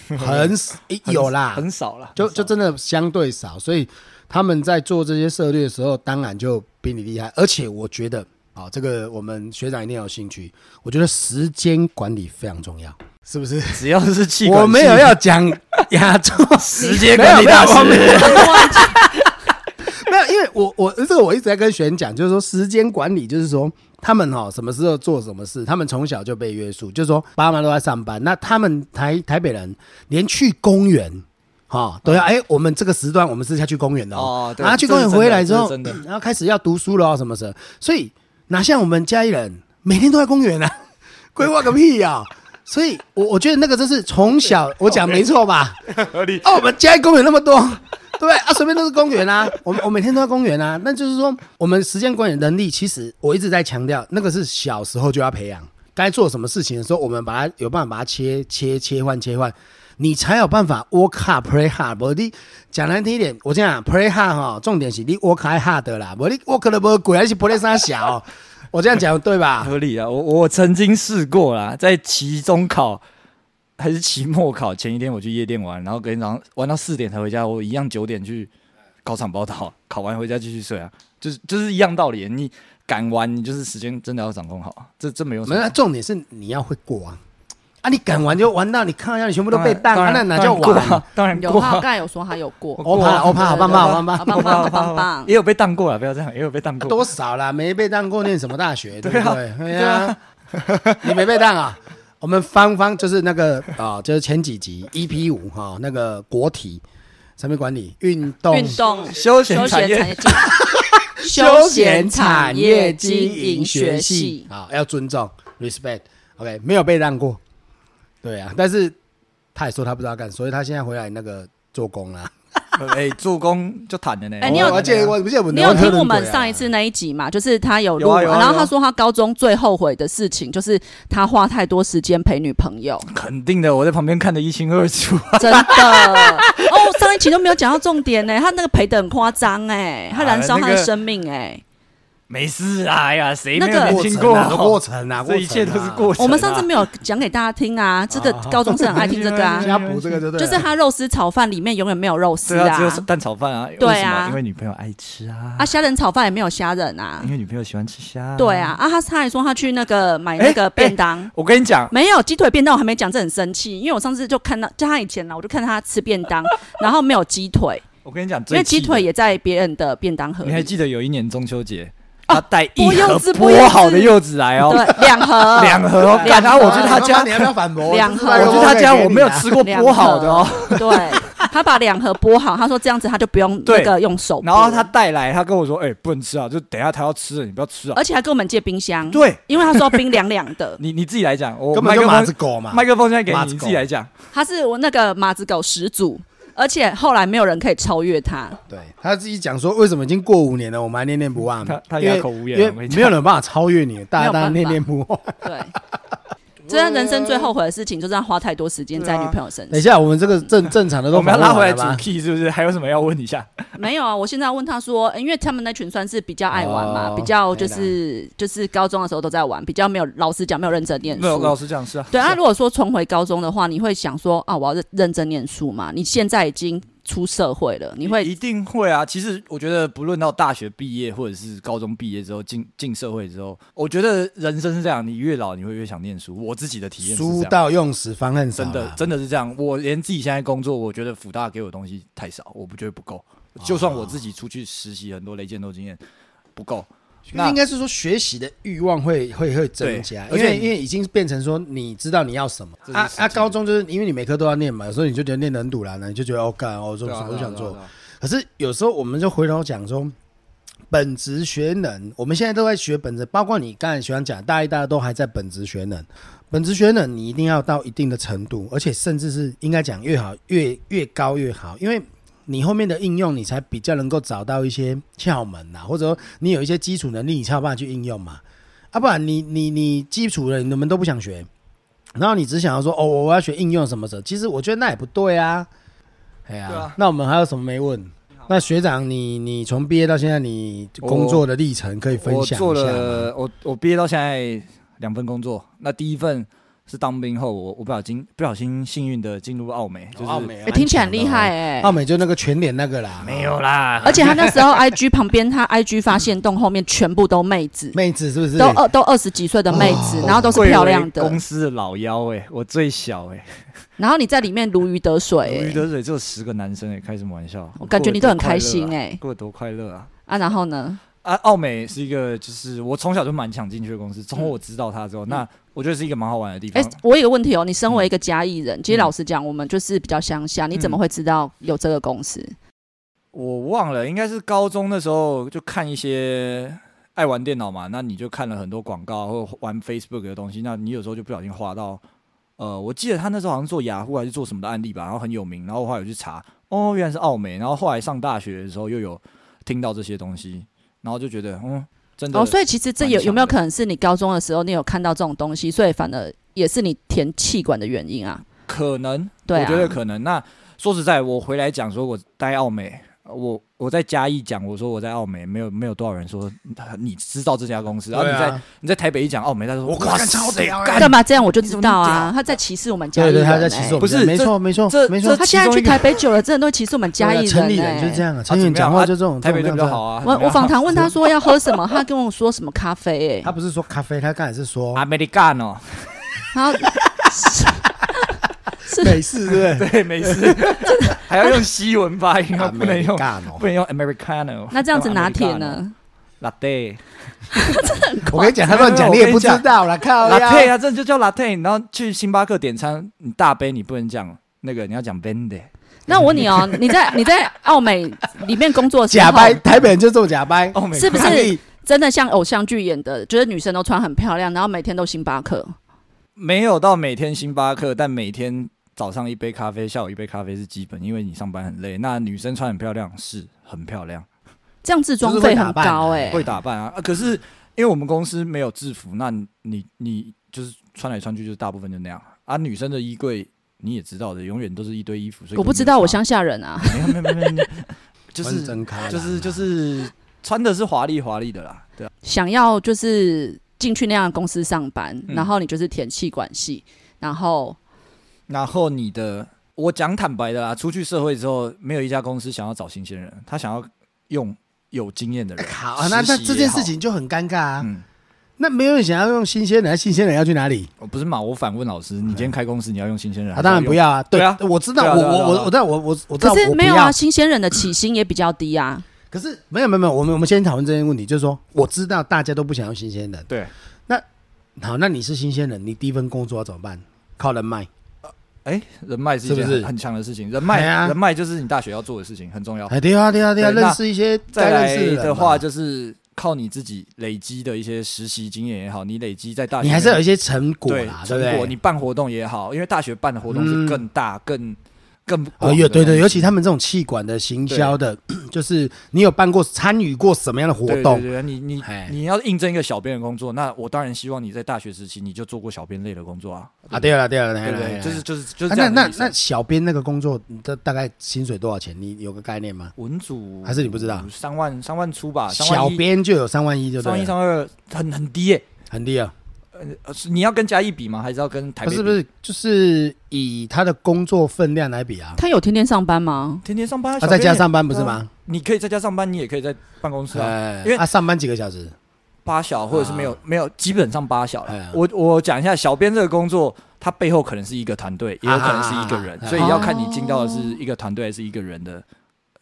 A: 很少、诶有啦，
B: 很少啦，
A: 就
B: 很少
A: 就真的相对少，所以他们在做这些策略的时候，当然就比你厉害。而且我觉得，啊、这个我们学长一定有兴趣。我觉得时间管理非常重
B: (laughs)
A: 要，是不是？
B: 只要是气管系，
A: 我没有要讲亚洲
B: 直接
A: 没有
B: 管理大
A: 没有没有
B: 师，
A: 没有，因为我我这个我一直在跟学员讲，就是说时间管理，就是说他们哈、什么时候做什么事，他们从小就被约束，就是说爸妈都在上班，那他们台台北人连去公园哈、都要哎、我们这个时段我们是要去公园的哦
B: 嗯哦，对
A: 然后去公园
B: 这是真的
A: 回来之后
B: 这是真的，
A: 然后开始要读书了、哦、什么的，所以哪像我们家里人每天都在公
B: (laughs)
A: 园啊，规划个屁呀、所以我我觉得那个真是从小我讲没错吧？
B: 合理
A: 哦，我们家里公园那么多， (laughs) 对不对啊，随便都是公园啊，我们我每天都在公园啊。那就是说，我们时间管理能力，其实我一直在强调，那个是小时候就要培养。该做什么事情的时候，我们把它有办法把它切切切换切换，你才有办法 work hard play hard。不，你讲难听一点，我这样啊 play hard 哈，重点是你 work hard 的啦，不你 work 的不鬼还是 play 啥小。 (laughs) 我这样讲对吧？
B: 合理啊！我我曾经试过啦，在期中考还是期末考前一天，我去夜店玩，然后隔天早上玩到四点才回家，我一样九点去考场报道，考完回家继续睡啊，就是就是一样道理。你敢玩，你就是时间真的要掌控好，这这没有什
A: 没有，
B: 么。
A: 重点是你要会过啊！啊，你敢玩就玩到你看一下，你全部都被当，
B: 当
A: 啊
B: 然
A: 那哪叫
B: 当然过
A: 玩？
B: 啊当然
C: 有
B: 过
C: 他
B: 啊 (laughs)
C: 刚，才有说他有过，
A: 欧帕，欧帕，好棒棒，好棒棒，
C: 好棒棒，好棒
B: 棒
C: 棒
B: 也。有被当过了，不要这样，也有被当
A: (laughs)
B: 过。
A: 多少啦？没被当过念什么大学，对不
B: (laughs) 对啊
A: 对？对啊，你没被当啊？我们芳芳就是那个啊，就是前几集 EP 五哈，那个国体产品管理运动
C: 运动、
B: 休闲产业
C: 业经、休闲产业经营学系，
A: 啊，要尊重 respect。OK，没有被让过，对啊，但是他也说他不知道干，所以他现在回来那个做工啦。
B: (laughs) 哎，助攻就坦了呢。
C: 哎你有
A: 我记得我不记得我
C: 你有
A: 们
C: 听我们上一次那一集嘛？就是他有录，
B: 啊有啊有啊
C: 然后他
B: 有啊
C: 说他高中最后悔的事情就是他花太多时间陪女
B: (laughs)
C: 朋友，
B: 肯定的，我在旁边看得一清二楚。 (laughs)
C: 真的。哦，上一集都没有讲到重点欸呢、他那个陪的很夸张哎，他燃烧他的生命哎、
B: 啊没事啊，哎呀，谁没有
C: 那个
B: 年
A: 过
B: 轻
A: 程
B: 过
A: 啊，过程啊，
B: (laughs) 这一切都是
A: 过程
B: 过程啊。
C: 我们上次没有讲给大家听啊，这个高中生很爱听这个
A: 啊。
B: (laughs)
C: 啊
B: 没，
A: 要补这个就对了，
C: 就是他肉丝炒饭里面永远没有肉
B: (laughs)
C: 丝
B: 对啊，只有
C: 啊，
B: 蛋炒饭啊。
C: 对
B: 为
C: 啊
B: 什么因为女朋友爱吃啊，
C: 啊虾仁炒饭也没有虾仁啊
B: 因，为女朋友喜欢吃虾。
C: 对啊，，啊他他还说他去那个买那个
B: 哎
C: 便当。
B: 我跟你讲，
C: (laughs) 没有鸡腿便当，我还没讲，这很生气，因为我上次就看到，就他以前啦，我就看他吃便当， (laughs) 然后没有鸡腿，
B: 我跟你讲，
C: 因为
B: 最气
C: 鸡
B: 的
C: 腿也在别人的便当盒
B: 你还
C: 里，
B: 记得有一年中秋节，
C: 啊
B: 他带一
C: 剥柚
B: 盒
C: 子剥柚
B: 剥好的
C: 子
B: 柚子来哦，
C: 对，两
B: (laughs)
C: 盒，
B: 两盒哦。
C: 两
B: 然后我
C: 盒
B: 去他
A: 妈妈
B: 家
C: (laughs)
A: 你，要不要反驳？
C: 两盒
A: 这是麦
B: 我
A: 克
B: 去
A: 风
B: 他家，
A: 哎给你
B: 我没有
A: 的
B: 吃过剥好的哦。
C: 对，他把两盒剥好，他说这样子他就不用
B: 对
C: 那个用手剥
B: (laughs) 然后他带来，他跟我说：“哎、不能吃啊，就等一下他要吃了，你不要吃啊。
C: 而且还跟我们借冰箱”，
B: 对，
C: 因为他说冰凉凉的 (laughs)
B: 你你自己来讲，我
A: 根本
B: 麦
A: 就
B: 克
A: 马
B: 风
A: 子狗嘛。
B: 麦克风现在给
A: 马
B: 你，
A: 子
B: 你自
A: 狗
B: 己来讲。
C: 他是我那个马子狗始祖，而且后来没有人可以超越他。
A: 对他自己讲说，为什么已经过五年了，我们还念念不忘？
B: 他他
A: 因为
B: 哑口无言
A: 因为
B: 我跟你讲
A: 没有人办法超越你，大
C: 没
A: 家当
C: 有办法
A: 然念念不忘。
B: (laughs)
C: 对，这是他人生最后悔的事情，就是他花太多时间在女朋友身
A: 等一
C: 上。
A: 下，我们这个正正常的都
B: 我们要
A: 访问
B: 拉回来
A: 完了吗
B: 主 key 是不是？还有什么要问一下？
C: 没有啊，我现在问他说，呃因为他们那群算是比较爱玩嘛，
A: 哦
C: 比较就是就是高中的时候都在玩，比较没有老实讲没有认真念
B: 没有，老
C: 书。
B: 实讲是啊。
C: 对
B: 是
C: 啊，
B: 啊，
C: 如果说重回高中的话，你会想说啊，我要认认真念书嘛？你现在已经出社会了，你会
B: 一定会啊。其实我觉得，不论到大学毕业或者是高中毕业之后，进进社会之后，我觉得人生是这样，你越老你会越想念书。我自己的体验是
A: 书
B: 这样。
A: 到用时方恨少
B: 真
A: 啦，
B: 的真的是这样，我连自己现在工作，我觉得福大给我的东西太少，我不觉得不够。就算我自己出去实习，很多雷建斗经验不够。那
A: 应该是说学习的欲望会会会增
B: 对
A: 加，因
B: 而且
A: 为
B: 你
A: 因为已经变成说你知道你要什么
B: 这是
A: 啊
B: 实际
A: 啊！高中就是因为你每科都要念嘛，有时候你就觉得念得很堵然了，你就觉得哦干哦，这
B: 对
A: 种
B: 啊
A: 什么都想做
B: 对啊对啊。对啊
A: 可是有时候我们就回头讲说，本职学能，我们现在都在学本职，包括你刚才喜欢讲大一、大二都还在本职学能。本职学能你一定要到一定的程度，而且甚至是应该讲越好越越高越好，因为你后面的应用你才比较能够找到一些窍门呐、啊或者说你有一些基础能力，你才有办法去应用嘛。啊，不然你你你基础的你们都不想学，然后你只想要说哦，我要学应用什么的，其实我觉得那也不对啊。哎呀、
B: 对啊
A: 那我们还有什么没问？那学长你，你从毕业到现在，你工作的历程可以分
B: 我
A: 享
B: 做
A: 一下吗
B: 了，我我毕业到现在两份工作，那第一份是当兵后，我我不小心不小心幸运的进入哦奥美，啊就是、
C: 哎、听起来很厉害，哎、
B: 哦
A: 奥美就那个全脸那个啦，
B: 没有啦，
C: 而且他那时候 IG 旁边，他 IG 发现洞后面全部都妹
B: (laughs)
C: 子，
A: 妹子是不是？
C: 都二都二十几岁的妹子，然后都是漂亮
B: 哦贵为
C: 的
B: 公，司的老妖哎、我最小哎、
C: 然后你在里面如鱼得水、
B: 如鱼
C: 哎
B: 得水，只有十个男生哎、开什么玩笑？
C: 我感觉你都很开心哎、
B: 过得多快乐啊！
C: 啊，然后呢？
B: 啊，奥美是一个，就是我从小就蛮想进去的公司。从我知道它之后，那我觉得是一个蛮好玩的地
C: 嗯哎、
B: 方。
C: 我有个问题哦，你身为一个嘉义人，其实老实讲，我们就是比较乡下，你怎么会知道有这个公司？
B: 我忘了，应该是高中的时候就看一些爱玩电脑嘛，那你就看了很多广告或玩 Facebook 的东西，那你有时候就不小心滑到，呃，我记得他那时候好像做雅虎还是做什么的案例吧，然后很有名，然后我后来有去查，哦，原来是奥美，然后后来上大学的时候又有听到这些东西，然后就觉得，嗯，真的，
C: 哦，所以其实这有
B: 蛮强的
C: 有没有可能是你高中的时候你有看到这种东西，所以反而也是你填气管的原因啊？
B: 可能，
C: 对啊
B: 我觉得可能。那说实在，我回来讲说我待澳美，呃我我在嘉义讲，我说我在澳美，没有没有多少人说呃你知道这家公司，然后
A: 对
B: 你在
A: 啊，
B: 你在台北一讲澳美，他说
A: 我
B: 哇
A: 干
B: 塞
A: 超屌欸
B: 干
C: 干嘛这样？我就知道
B: 你怎么
C: 啊，
B: 讲
C: 他在歧视我们嘉
A: 对
C: 义
A: 对，
C: 人、
A: 他在歧视我们，
B: 欸
C: 哎
B: 不是
A: 没错没错
B: 这
A: 没错
B: 这，
C: 他现在去
B: 其中一个
C: 台北久了，真的都歧视我们嘉义人、哎。
A: 城里人就是这样啊，城里人
B: 怎么样
A: 讲话
B: 啊
A: 就这种
B: 台北就比较。好
A: 这种样子
B: 啊。
C: 我我访谈问他
B: 说
C: 说要喝什么，他跟我说什么咖啡、欸
A: 啊他不是说咖啡，他刚才是说 (laughs)
B: 啊 Americano，
C: 哎，然后是
A: 美式，对
B: (laughs)
A: 不
B: 对，没
C: (laughs)
B: 事，还要用西文发音，啊
A: 对？
B: 不能用
A: 干哦！
B: 不能用 Americano。
C: 那这样子拿铁呢？
B: ？Latte。
A: 我跟你讲，他乱讲你
B: 没有
A: 也不知道啦，靠
B: 拉
A: 呀
B: 配啊，这就叫拉配。然后去星巴克点餐，你大杯你不能讲那个，你要讲 vende。
C: 那我问你哦，你在你在澳美里面工作的时
A: 假
C: 候，
A: 掰，台北人就做假掰，啊
B: 哦，美
C: 是不
B: 国
C: 是真的像偶像剧演的，就是女生都穿很漂亮，然后每天都星巴克？
B: 没有到每天星巴克，但每天早上一杯咖啡，下午一杯咖啡是基本，因为你上班很累。那女生穿很漂亮是很漂亮，
C: 这样子装费很高哎、
B: 会打扮啊。啊可是因为我们公司没有制服，那你你你就是穿来穿去，就是大部分就那样啊。女生的衣柜你也知道的，永远都是一堆衣服。所以
C: 我不知道，我乡下人啊，
B: 没有没有没有没有没有，
A: (laughs)
B: 就是
A: 真开，
B: 就是就是穿的是华丽华丽的啦，对啊，
C: 想要就是进去那样的公司上班，
B: 嗯
C: 然后你就是填气管系，然后
B: 然后你的，我讲坦白的啦，出去社会之后，没有一家公司想要找新鲜人，他想要用有经验的人。
A: 好啊，那那
B: 实习也
A: 这件
B: 好
A: 事情就很尴尬啊。
B: 嗯，
A: 那没有人想要用新鲜人，新鲜人要去哪里？
B: 我不是嘛，我反问老师，你今天开公司你要用新鲜人？
A: 啊，当然不
B: 要。
A: 要啊。
B: 对啊
A: 我知道，
B: 对
A: 我
B: 啊对啊
A: 我
B: 对啊
A: 我我知道，我我我知道
C: 可是
A: 我不
C: 没有啊，
A: 要。
C: 新鲜人的起薪也比较
B: (clears throat)
C: 低啊。
A: 可是没有没有没有，我们我们先讨论这些问题，就是说我知道大家都不想要新鲜人。
B: 对，
A: 好，那你是新鲜人，你第一份工作要怎么办？靠人脉。
B: 哎、人脉是一件
A: 是不是
B: 很很强的事情，人
A: 哎
B: 脉、
A: 呀
B: 人脉就是你大学要做的事情，很重要。
A: 哎，对啊，对啊，对啊，
B: 对那
A: 认识一些
B: 再
A: 该认
B: 来
A: 识人
B: 的
A: 嘛
B: 话，就是靠你自己累积的一些实习经验也好，你累积在大学，
A: 你还是有一些成果
B: 对
A: 啦，
B: 成
A: 不
B: 果，
A: 对？
B: 你办活动也好，因为大学办的活动
A: 嗯
B: 是更大、更更
A: 哦，
B: 广
A: 有
B: 的
A: 对对，
B: 东西
A: 尤其他们这种气管的行销的， (clears throat) 就是你有办过、参与过什么样的活
B: 对
A: 动
B: 对？对，你你
A: 哎
B: 你要应征一个小编的工作，那我当然希望你在大学时期你就做过小编类的工作啊，
A: 啊，对了对了，
B: 对
A: 对
B: 不对？
A: 了，
B: 就是就是就是
A: 啊
B: 这
A: 那
B: 样的
A: 那
B: 意思啊
A: 那小编那个工作，大大概薪水多少钱？你有个概念吗？
B: 文组
A: 还是你不知道
B: 三万三万出吧，啊三万
A: 小
B: 一
A: 编就有三万一，就
B: 三万
A: 对
B: 一
A: 了，
B: 三万二很很低耶、
A: 很低啊。
B: 呃是你要跟嘉义比吗？还是要跟台
A: 不
B: 北？
A: 是不，是，就是以他的工作分量来比啊。
C: 他有天天上班吗？
B: 天天上班，
A: 他
B: 小
A: 在
B: 编
A: 家
B: 也
A: 上班不是
B: 对啊
A: 吗？
B: 你可以在家上班，你也可以在办公室啊，
A: 哎，
B: 因为啊
A: 他上班几个小时？
B: 八小或者是没有、
A: 啊
B: 没有，基本上八小了。
A: 哎
B: 我我讲一下，小编这个工作，它背后可能是一个团队，也有可能是一个人，
A: 啊啊啊啊
B: 所以要看你进到的是一个团队还是一个人的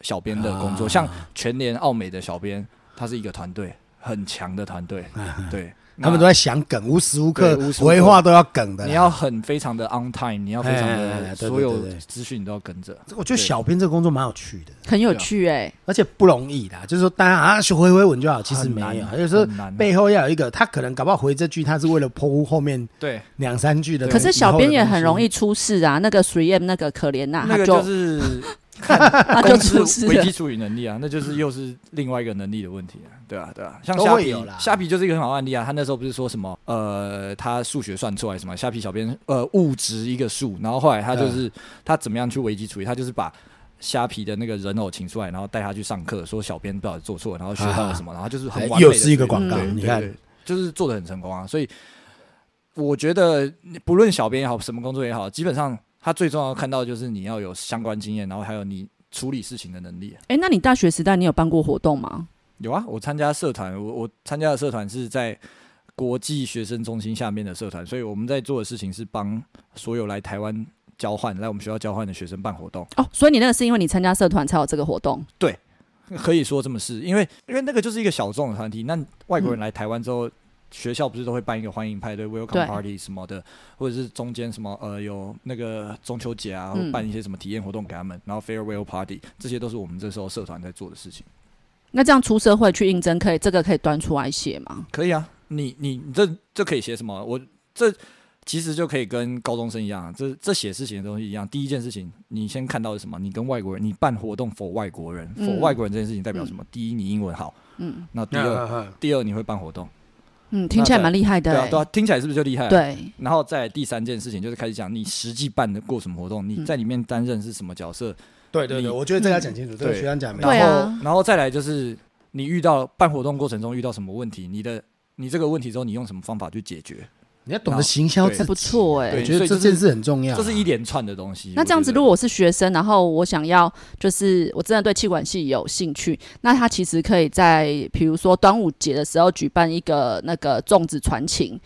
B: 小编的工作。
A: 啊
B: 像全联奥美的小编，他是一个团队，很强的团队，对，
A: 啊他们都
B: 那
A: 在想梗，无时无刻
B: 对无时无刻
A: 回话都要梗的啦。
B: 你要很非常的 on time，你要非常
A: 哎哎哎
B: 的
A: 对
B: 所
A: 对
B: 有
A: 对对
B: 资讯你都要跟着。
A: 我觉得小编这个工作蛮有趣的，
C: 很
B: 啊
C: 有趣哎、
A: 而且不容易啦。就是说，大家啊学回回文就好，其实没有，有时候
B: 很难
A: 背后要有一个，他可能搞不好回这句，他是为了剖后面
B: 对，
A: 两三句的。
C: 可是小编也很容
A: 易
C: 易出事啊，那个 Three M 那个可怜呐、
B: 那
C: 他
B: 个
C: 就
B: 就是 (laughs)
C: 他就
B: 公
C: 出
B: 司
C: 事
B: 危
C: 了
B: 机。处理能力啊，那就是又是另外一个能力的问题啊，对啊，对啊，像
A: 都
B: 虾
A: 会
B: 皮
A: 有啦，
B: 虾皮就是一个很好的案例啊。他那时候不是说什么呃，他数学算错还是什么，虾皮小编呃误植一个数，然后后来他就是、
A: 嗯
B: 他怎么样去危机处理，他就是把。虾皮的那个人偶请出来，然后带他去上课，说小编不知道做错，然后学到
A: 啊
B: 了什么，然后就是很完美
A: 又
B: 的
A: 是一个广
C: 告
B: 对对
A: 你看
B: 对就是做的很成功啊。所以我觉得，不论小编也好，什么工作也好，基本上他最重要看到就是你要有相关经验，然后还有你处理事情的能力。
C: 哎、那你大学时代你有办过活动吗？
B: 有啊，我参加社团，我我参加的社团是在国际学生中心下面的社团，所以我们在做的事情是帮所有来台湾交换、来我们学校交换的学生办活动。
C: 哦，所以你那个是因为你参加社团才有这个活动。
B: 可以说这么是，因为因为那个就是一个小众的团体。那外
C: 嗯
B: 国人来台湾之后，学校不是都会办一个欢迎派对、
C: 对
B: welcome party 什么的，或者是中间什么呃有那个中秋节啊，
C: 嗯
B: 或办一些什么体验活动给他们，然后 farewell party，这些都是我们这时候社团在做的事情。
C: 那这样出社会去应征，可以这个可以端出来写吗？
B: 可以啊，你你你这这可以写什么？我这其实就可以跟高中生一样啊，这这写事情的东西一样。第一件事情，你先看到的是什么？你跟外国人，你办活动 for 外国人
C: 嗯
B: for 外国人这件事情代表什么？第一，你英文好；
C: 嗯
B: 那第
A: 呃
B: 二，第二你会办活动，
C: 嗯，听起来蛮厉害的、
B: 对啊
C: 欸。
B: 对啊，听起来是不是就厉害？。
C: 对
B: 然后再来第三件事情就是开始讲你实际办的过什么活动，
C: 嗯
B: 你在里面担任是什么角色，
A: 对对对，
B: 你嗯
A: 我觉得这个要讲清楚，这个
B: 对
A: 学长讲没
C: 对
A: 有。
B: 然
C: 啊
B: 后然后再来就是你遇到办活动过程中遇到什么问题，你的你这个问题之后你用什么方法去解决，
A: 你要懂得行销
B: 对
A: 自
C: 还
A: 己，
C: 不错哎、
A: 我
B: 对
A: 觉得
B: 所以
A: 这
B: 这
A: 件
B: 是
A: 事很重要啊。
B: 这是一连串的东西。
C: 那这样子，
B: 我觉得
C: 如果我是学生，然后我想要就是我真的对气管系有兴趣，那他其实可以在比如说端午节的时候举办一个那个粽子传
B: (laughs)
C: 情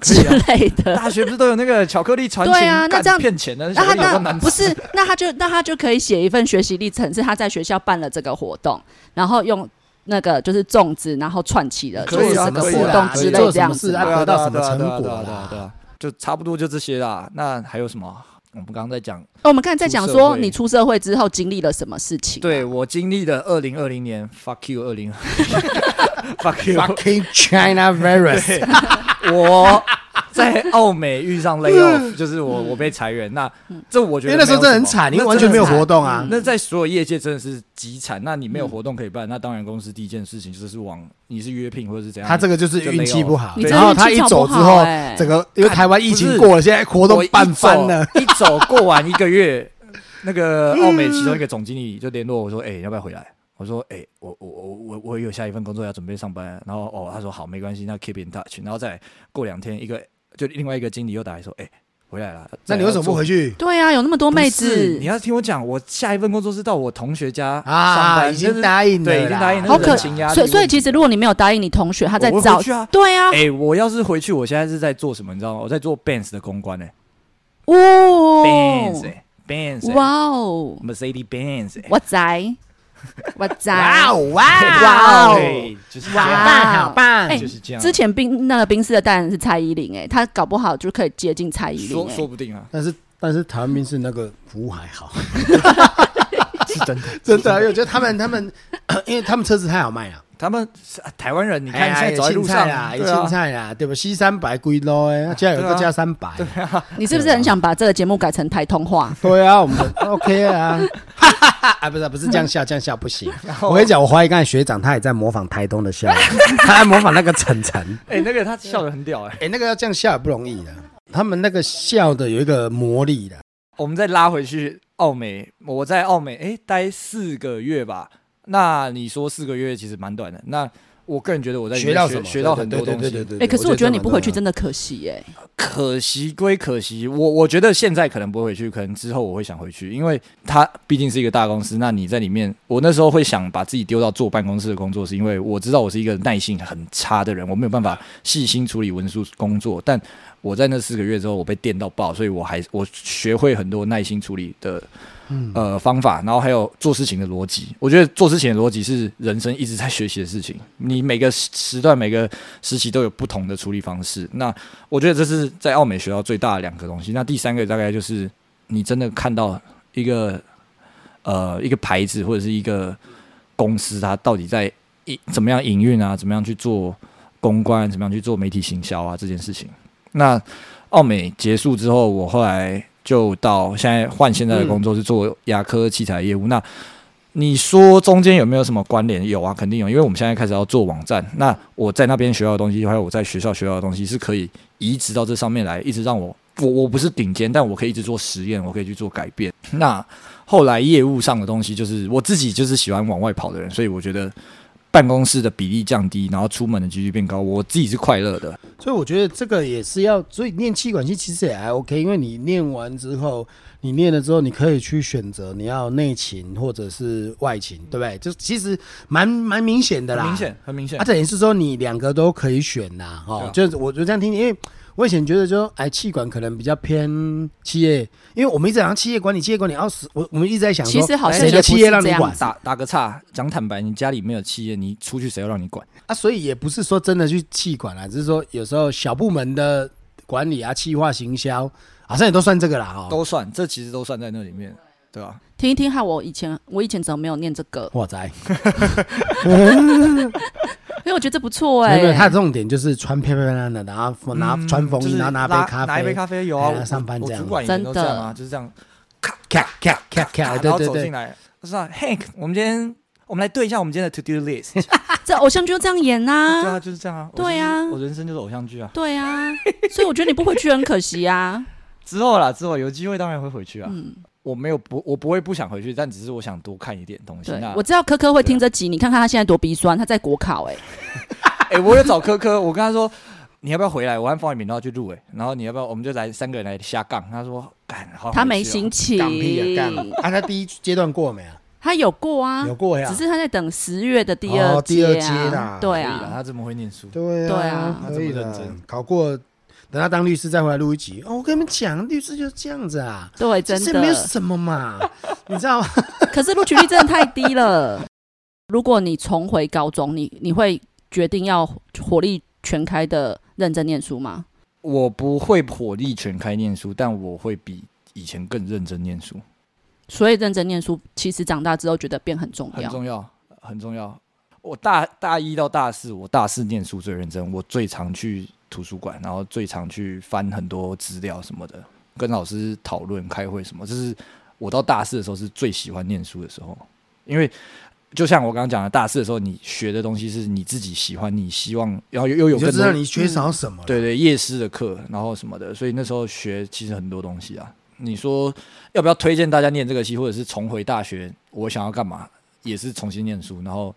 B: 可
C: 之
B: 以啊
C: 类的。
B: 大学不是都有那个巧克力传情？
C: 对啊那
B: 干
C: 这样
B: 骗钱的，
C: 那
B: 小朋友
C: 他
B: 都
C: 那
B: 难
C: 不 (laughs) 是，那他就那他就可以写一份学习历程，是他在学校办了这个活动，然后用那个就是粽子，然后串起了
B: 可
C: 做
B: 以啊
C: 什么
B: 可以
C: 活
B: 啊
C: 动
B: 可以
C: 之类
A: 什
B: 做
A: 么
C: 这样
A: 事
C: 子
A: 啊
C: 嘛。
B: 对啊
A: 得到什么
B: 对啊对啊
A: 成果
B: 对啊
A: 啦
B: 对啊对啊，就差不多就这些啦。那还有什么？我们刚刚在讲，
C: 哦我们刚才在讲
B: 出社
C: 说
B: 会
C: 你出社会之后经历了什么事情，
B: 对我经历的二零二零年，fuck you 二零 (laughs) ，fuck
A: (laughs)
B: you，
A: Fucking China
B: (laughs)
A: virus，
B: 我在澳美遇上 layoff，就是我我被裁员。那这我觉
A: 嗯因为
B: 得
A: 那时候真
B: 没有
A: 的很
B: 什么
A: 惨，因为
B: 那
A: 完全
B: 真的
A: 没有
B: 很惨嗯
A: 活动啊。嗯
B: 那在所有业界真的是极惨。那你没有活动可以办，那当然公司第一件事情就是往你是约聘或者是怎样。
A: 他这个就是运气不好，
C: 你真
A: 然
C: 的
A: 后
C: 运气
A: 他一
C: 超不
A: 走之
C: 好
A: 后，
C: 欸
A: 整个因为
B: 看
A: 台湾疫情
B: 不是
A: 过了，现在活
B: 我
A: 动
B: 一
A: 办翻了。
B: 走。一走过完一个月，
A: (laughs)
B: 那个澳美其中一个总经理就联络我说：“哎、要不要回来？”我说：“哎、我我我我我有下一份工作要准备上班。”然后哦，他说：“好，没关系，那 keep in touch。”然后再过两天，一个就另外一个经理又打来说：“哎、回来了。”
A: 那你为什么不回
B: 去？
A: 去
C: 对啊，有那么多妹
B: 不是
C: 子
B: 你，要听我讲，我下一份工作是到我同学家上
A: 啊？
B: 班，
A: 已
B: 就
A: 经
B: 是
A: 答应了啦，
B: 对已经答应了
C: 好可
B: 人情压力
C: 所以所以
B: 问题
C: 其实如果你没有答应你同学，他在
B: 我会
C: 找
B: 回去啊
C: 对啊，
B: 哎、我要是回去，我现在是在做什么？你知道吗？我在做 Benz 的公关呢、
C: 哦
B: Benz，哎 Benz，哎
C: 哇哦，
B: Mercedes Benz，
C: 我
B: (laughs)
C: 在，我在，
A: 哇哦哇
C: 哇哦
B: 对，就是这
C: 哇
B: 样，
A: 棒好棒！
C: 哎
B: 就是这样。
C: 之前冰那个冰室的代言人是蔡依林、哎，他搞不好就可以接近蔡依林、
B: 说
C: 哎
B: 说不定啊，
A: 但是但是台湾面试那个服务还好，
B: (laughs) 是真的。
A: (laughs) 真的，因为我觉得他们他们， (coughs) 因为他们车子太好卖了。
B: 他们是啊台湾人，你
A: 你
B: 看现在走在路上，
A: 啦，有
B: 对啊
A: 哎青菜啦，对吧？西三百贵咯，哎，加有
B: 对
A: 个
B: 啊
A: 加三百，
C: 你是不是很想把这个节目改成台通话？
A: 对啊，我们 OK 啊， (laughs) 哈哈哈！啊，不是不是这样笑，这样笑不
B: (laughs)
A: 行。
B: 后
A: 我跟你讲，我怀疑刚才学长他也在模仿台东的笑容，
B: (laughs)
A: 他在模仿那个晨晨。
B: 哎、那个他笑得很屌 (laughs) 哎、
A: 哎、那个要这样笑也不容易的，他们那个笑的有一个魔力的。
B: 我们再拉回去澳美，我在澳美哎、待四个月吧。那你说四个月其实蛮短的，那我个人觉得我在里面学学到很多东西。
A: 对对对对
C: 哎、可是我觉
B: 啊
C: 得你不回去
A: 的
C: 真的可惜哎耶、
B: 可惜归可惜，我我觉得现在可能不会回去，可能之后我会想回去，因为它毕竟是一个大公司。那你在里面，我那时候会想把自己丢到做办公室的工作，是因为我知道我是一个耐性很差的人，我没有办法细心处理文书工作。但我在那四个月之后，我被电到爆，所以我还我学会很多耐心处理的呃方法，然后还有做事情的逻辑。我觉得做事情的逻辑是人生一直在学习的事情。你每个时时段、每个时期都有不同的处理方式。那我觉得这是在澳美学到最大的两个东西。那第三个大概就是你真的看到一个呃一个牌子或者是一个公司，它到底在营怎么样营运啊，怎么样去做公关，怎么样去做媒体行销啊这件事情。那澳美结束之后，我后来就到现在换现在的工作是做牙科器材业务。那你说中间有没有什么关联？有啊，肯定有，因为我们现在开始要做网站。那我在那边学到的东西，还有我在学校学到的东西，是可以移植到这上面来，一直让我我我不是顶尖，但我可以一直做实验，我可以去做改变。那后来业务上的东西，就是我自己就是喜欢往外跑的人，所以我觉得办公室的比例降低，然后出门的几率变高，我自己是快乐的。
A: 所以我觉得这个也是要，所以念气管系其实也还 OK，因为你念完之后，你念了之后，你可以去选择你要内勤或者是外勤，对不对？就其实蛮蛮明显的啦，
B: 很明显，很明显
A: 啊，。等于是说你两个都可以选呐、哦，
B: 对啊
A: 就是我就这样听，因为我以前觉得就哎，气管可能比较偏企业，因为我们一直讲企业管理，企业管理，然后死我我们一直在想说，
C: 其实好像
A: 谁
C: 也
A: 的
C: 不是
A: 企业让
C: 这
A: 你
C: 样
A: 管
C: 子
B: 打打个岔，讲坦白，你家里没有企业，你出去谁要让你管？
A: 啊，所以也不是说真的去气管啦，只是说有时候小部门的管理啊、企划、行销，好像也都算这个啦哦。
B: 都算，这其实都算在那里面，对吧、
C: 听一听，害我以前我以前怎么没有念这个？
A: 哇塞，
C: 因为我觉得这不错哎、
A: 没有，他的重点就是穿漂漂亮亮的，然后拿穿风
B: 就
A: 衣，
B: 是
A: 然后拿杯
B: 嗯拉
A: 咖
B: 拿一杯
A: 啡，
B: 咖啡有啊，
A: 哎
B: 我
A: 上班
B: 我
A: 这样
B: 主管以前都这
C: 真的
B: 样啊，就是这样，咔
A: 咔咔咔
B: 咔，
A: 咔，
B: 然
A: 对
B: 后
A: 对
B: 走进
A: 对，
B: 来，我知道 Hank，我们今天我们来对一下我们今天的 to do list，对
C: 这偶像剧就这样演呐、
B: 啊，就是这样啊，我
C: 对啊
B: 就是我人生就是偶像剧啊，
C: 对啊，所以我觉得你不回去很可惜
A: (laughs)
C: 啊。
B: 之后啦，之后有机会当然会回去啊，
C: 嗯，
B: 我没有不我不会不想回去，但只是我想多看一点东西。
C: 对
A: 啊
B: 那，
C: 我知道科科会听这集，你看看他现在多鼻酸，他在国考哎、
A: 哦
B: 哎、我有找科科，我跟他说你要不要回来，我和方一鸣都要去录哎、然后你要不要，我们就来三个人来瞎杠。他说干，好想
C: 他没
B: 回去哦
C: 心
A: 港屁
C: 情，
A: 啊，干啊！他第一阶段过没啊？
C: 他有过啊，
A: 有过呀
C: 只，是他在等十月的第
A: 哦
C: 二
A: 第二
C: 阶
A: 阶啦
C: 啊，对
B: 可以啦
C: 啊，
B: 他这么会念书，
A: 对
C: 对啊
A: 可以
B: 他这么
A: 的
B: 认真，
A: 考过，等他当律师再回来录一集。哦，我跟你们讲，律师就是这样子啊，
C: 对，真
A: 这没有
C: 的。
A: 什么嘛，你知道吗？
C: 可是录取率真的太低了。如果你重回高中，你你会决定要火力全开的认真念书吗？
B: 我不会火力全开念书，但我会比以前更认真念书，
C: 所以认真念书，其实长大之后觉得变很重
B: 很
C: 要。
B: 重要，很重要。我大大一到大四，我大四念书最认真，我最常去图书馆，然后最常去翻很多资料什么的，跟老师讨论、开会什么。这是我到大四的时候是最喜欢念书的时候，因为就像我刚刚讲的，大四的时候你学的东西是你自己喜欢，你希望然后又又有
A: 你就
B: 更
A: 知道
B: 多
A: 你缺少什么了。
B: 对对，夜师的课，然后什么的，所以那时候学其实很多东西啊。你说要不要推荐大家念这个系，或者是重回大学？我想要干嘛？也是重新念书，然后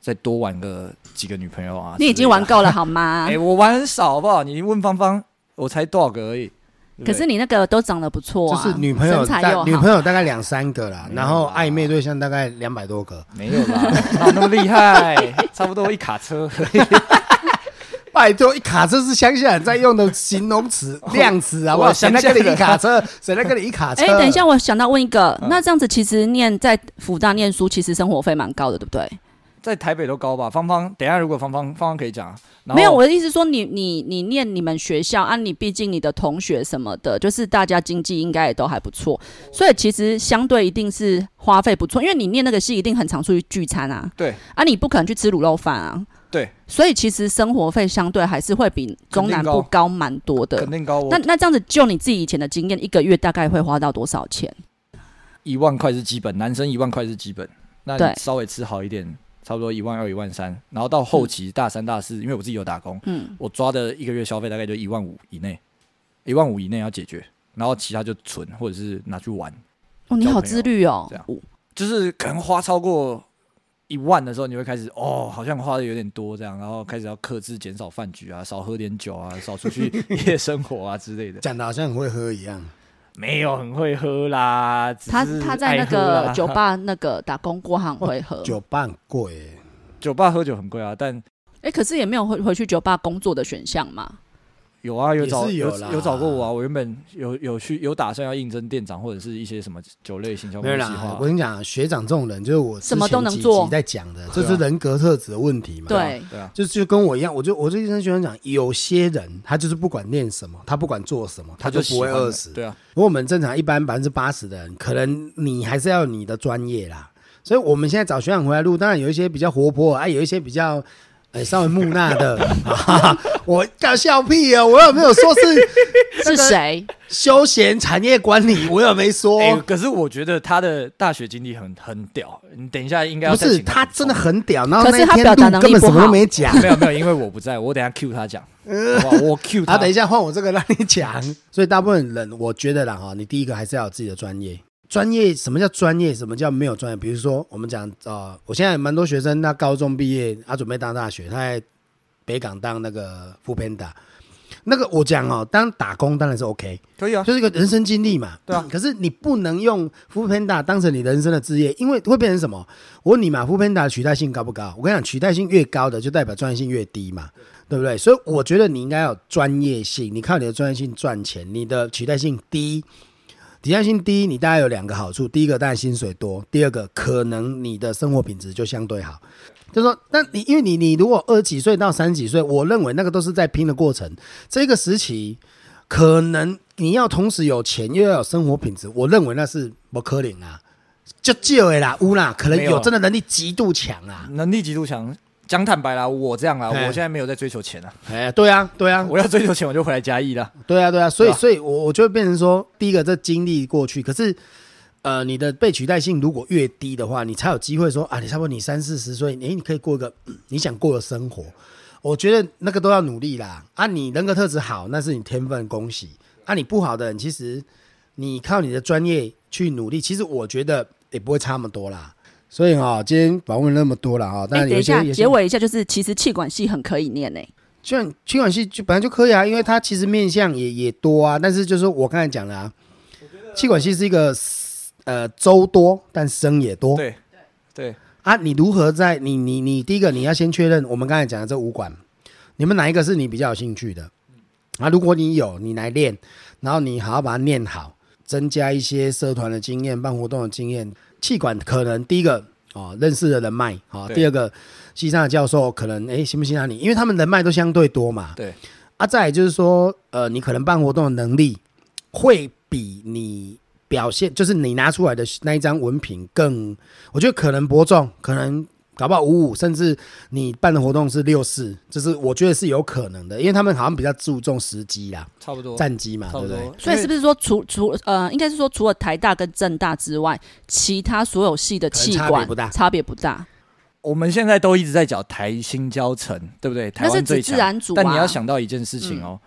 B: 再多玩个几个女朋友啊。
C: 你已经玩够了好吗
B: 哎、？我玩很少好不好？你问芳芳，我才多少个而已。对不
C: 可
B: 对
C: 是你那个都长得不错
A: 就
C: 啊，
A: 是女朋友
C: 身材又
A: 大，
C: 好，嗯
A: 女朋友大概两三个啦，
B: 没有
A: 然后
B: 啦
A: 暧昧对象大概两百多个。
B: 没有啦，哪有那么厉害？ (laughs) 差不多一卡车。 (laughs)
A: 拜托，一卡车是乡下人在用的形容词、量词，好不好？
B: 我
A: 谁
B: 乡
A: 来
B: 下
A: 跟
B: 人
A: 你一卡车？谁来跟你一卡车？
C: 哎、等一下，，我想到问一个，
B: 嗯
C: 那这样子其实念在福大念书，其实生活费蛮高的，对不对？
B: 在台北都高吧？芳芳，等一下如果芳芳芳芳可以讲啊，然后
C: 没有，我的意思是说你，你你念你们学校啊，你毕竟你的同学什么的，就是大家经济应该也都还不错，所以其实相对一定是花费不错，因为你念那个系一定很常出去聚餐啊，
B: 对
C: 啊，你不可能去吃卤肉饭啊，
B: 对，
C: 所以其实生活费相对还是会比中南
B: 肯定
C: 部
B: 高
C: 高蛮多的
B: 肯。定高我
C: 那那这样子，就你自己以前的经验，一个月大概会花到多少钱？
B: 一万块是基本，男生一万块是基本。那你
C: 对
B: 稍微吃好一点，差不多一万二、一万三，然后到后期大三、大四，因为我自己有打工，
C: 嗯，
B: 我抓的一个月消费大概就一万五以内，一万五以内要解决，然后其他就存或者是拿去玩，
C: 哦，你
B: 交
C: 好
B: 朋
C: 自
B: 友
C: 律哦
B: 这，样就是可能花超过一万的时候，你会开始哦，好像花的有点多这样，然后开始要克制、减少饭局啊，少喝点酒啊，少出去夜生活啊之类的。
A: 讲的好像很会喝一样。
B: 没有很会喝啦，只
C: 他
B: 是
C: 他在
B: 爱
C: 那
B: 喝啦
C: 个酒吧那个打工过，他很会喝。
A: 哦酒吧很贵欸耶，
B: 酒吧喝酒很贵啊，但
C: 哎、可是也没有回回去酒吧工作的选项嘛。
B: 有啊，有
A: 也
B: 找
A: 是有
B: 有
A: 啦
B: 找过我啊。我原本有有去有打算要应征店长或者是一些什么酒类行销
A: 没
B: 公
A: 有
B: 司
A: 啦。我跟你讲，学长这种人就是我之
C: 什么都
A: 前
C: 能
A: 几
C: 做
A: 集在讲的，
B: 对
A: 这
B: 啊
A: 是人格特质的问题嘛。
C: 对，
B: 对啊，
A: 就就跟我一样，我就我就跟学长讲，有些人他就是不管念什么，他不管做什么，他就
B: 喜
A: 不会
B: 欢的
A: 饿死。
B: 对啊，
A: 如果我们正常一般百分之八十的人，可能你还是要有你的专业啦。所以我们现在找学长回来录，当然有一些比较活泼，啊，有一些比较。哎，稍微木讷的， (laughs) 哈哈我搞笑屁哦！我有没有说是
C: 是谁？
A: 休闲产业管理？我有没说？
B: 哎、可是我觉得他的大学经历很很屌。你等一下应该要
A: 不
B: 再
A: 是，
B: 请
A: 他
B: 补
A: 真
B: 充
A: 的很屌。然后
C: 可
A: 那
C: 是他
A: 天
C: 表
A: 录
C: 达能力
A: 根本
C: 不
A: 什么都
C: 好
A: 没讲。
B: 没有没有，因为我不在，我等一下 Q
A: (laughs)
B: 他讲，好不好？我 Q 他。
A: 啊，等一下换我这个让你讲。所以大部分人，我觉得啦哈，你第一个还是要有自己的专业。专业什么叫专业？什么叫没有专业？比如说我们讲呃，我现在蛮多学生，他高中毕业，他准备当大学，他在北港当那个副 panda。那个我讲哦，当打工当然是 OK，
B: 可以啊，
A: 就是一个人生经历嘛。
B: 对啊
A: 可是你不能用 f o o Panda 当成你人生的职业，因为会变成什么？我问你嘛 f o o Panda 取代性高不高？我跟你讲，取代性越高的，就代表专业性越低嘛，
B: 嗯
A: 对不对？所以我觉得你应该要有专业性，你靠你的专业性赚钱，你的取代性低。抵代性低，你大概有两个好处：第一个当然薪水多，第二个可能你的生活品质就相对好。就说，但你因为你你如果二十几岁到三十几岁，我认为那个都是在拼的过程。这个时期，可能你要同时有钱又要有生活品质，我认为那是不可能啊，就就的啦，乌啦，可能
B: 没有
A: 有
B: 啊
A: 真的能力极度强啊，
B: 能力极度强。讲坦白啦，我这样啦，我
A: 哎
B: 现在没有在追求钱啊，
A: 哎，对啊，对啊，
B: 我要追求钱我就回来嘉义啦。
A: 对啊，对啊，所以，
B: 对啊
A: 所以我我就会变成说，第一个这经历过去，可是，呃，你的被取代性如果越低的话，你才有机会说啊，你差不多你三四十岁，诶，你可以过一个、嗯你想过的生活。我觉得那个都要努力啦。啊，你人格特质好，那是你天分，恭喜。啊，你不好的人，其实你靠你的专业去努力，其实我觉得也不会差那么多啦。所以哈、今天访问那么多了哈、
C: 哎、
A: 但
C: 等
A: 有
C: 一
A: 些、
C: 下，
A: 有些
C: 结尾一下，就是其实气管系很可以念呢、欸
A: 就像气管系就本来就可以啊，因为它其实面向也也多啊。但是就是我刚才讲的啊，气管系是一个呃粥多，但生也多。
B: 对对，
A: 啊，你如何在你你你第一个你要先确认我们刚才讲的这五管，你们哪一个是你比较有兴趣的？啊，如果你有，你来练，然后你好好把它练好，增加一些社团的经验、办活动的经验。气管可能第一个哦，认识的人脉啊、哦，
B: 对
A: 第二个西上的教授可能诶行不行啊你？因为他们人脉都相对多嘛。
B: 对。
A: 啊，再来就是说，呃，你可能办活动的能力会比你表现，就是你拿出来的那一张文凭更我觉得可能伯仲，可能搞不好五五，甚至你办的活动是六四，就是我觉得是有可能的，因为他们好像比较注重时机啦、
B: 差不多，哦差
A: 战机嘛，对
B: 不
A: 不对？
B: 多。
C: 所以是不
B: 是
C: 是说除除呃，应该是说除了台大跟政大之外，其他所有系的
A: 可
C: 气
A: 能差别
C: 管
A: 不大
C: 差别不大，
B: 我们现在都一直在讲台新教城，对不对？台
C: 那是
B: 湾
C: 指
B: 最
C: 自
B: 强。
C: 然组、啊。嗯
B: 但你要想到一件事情哦，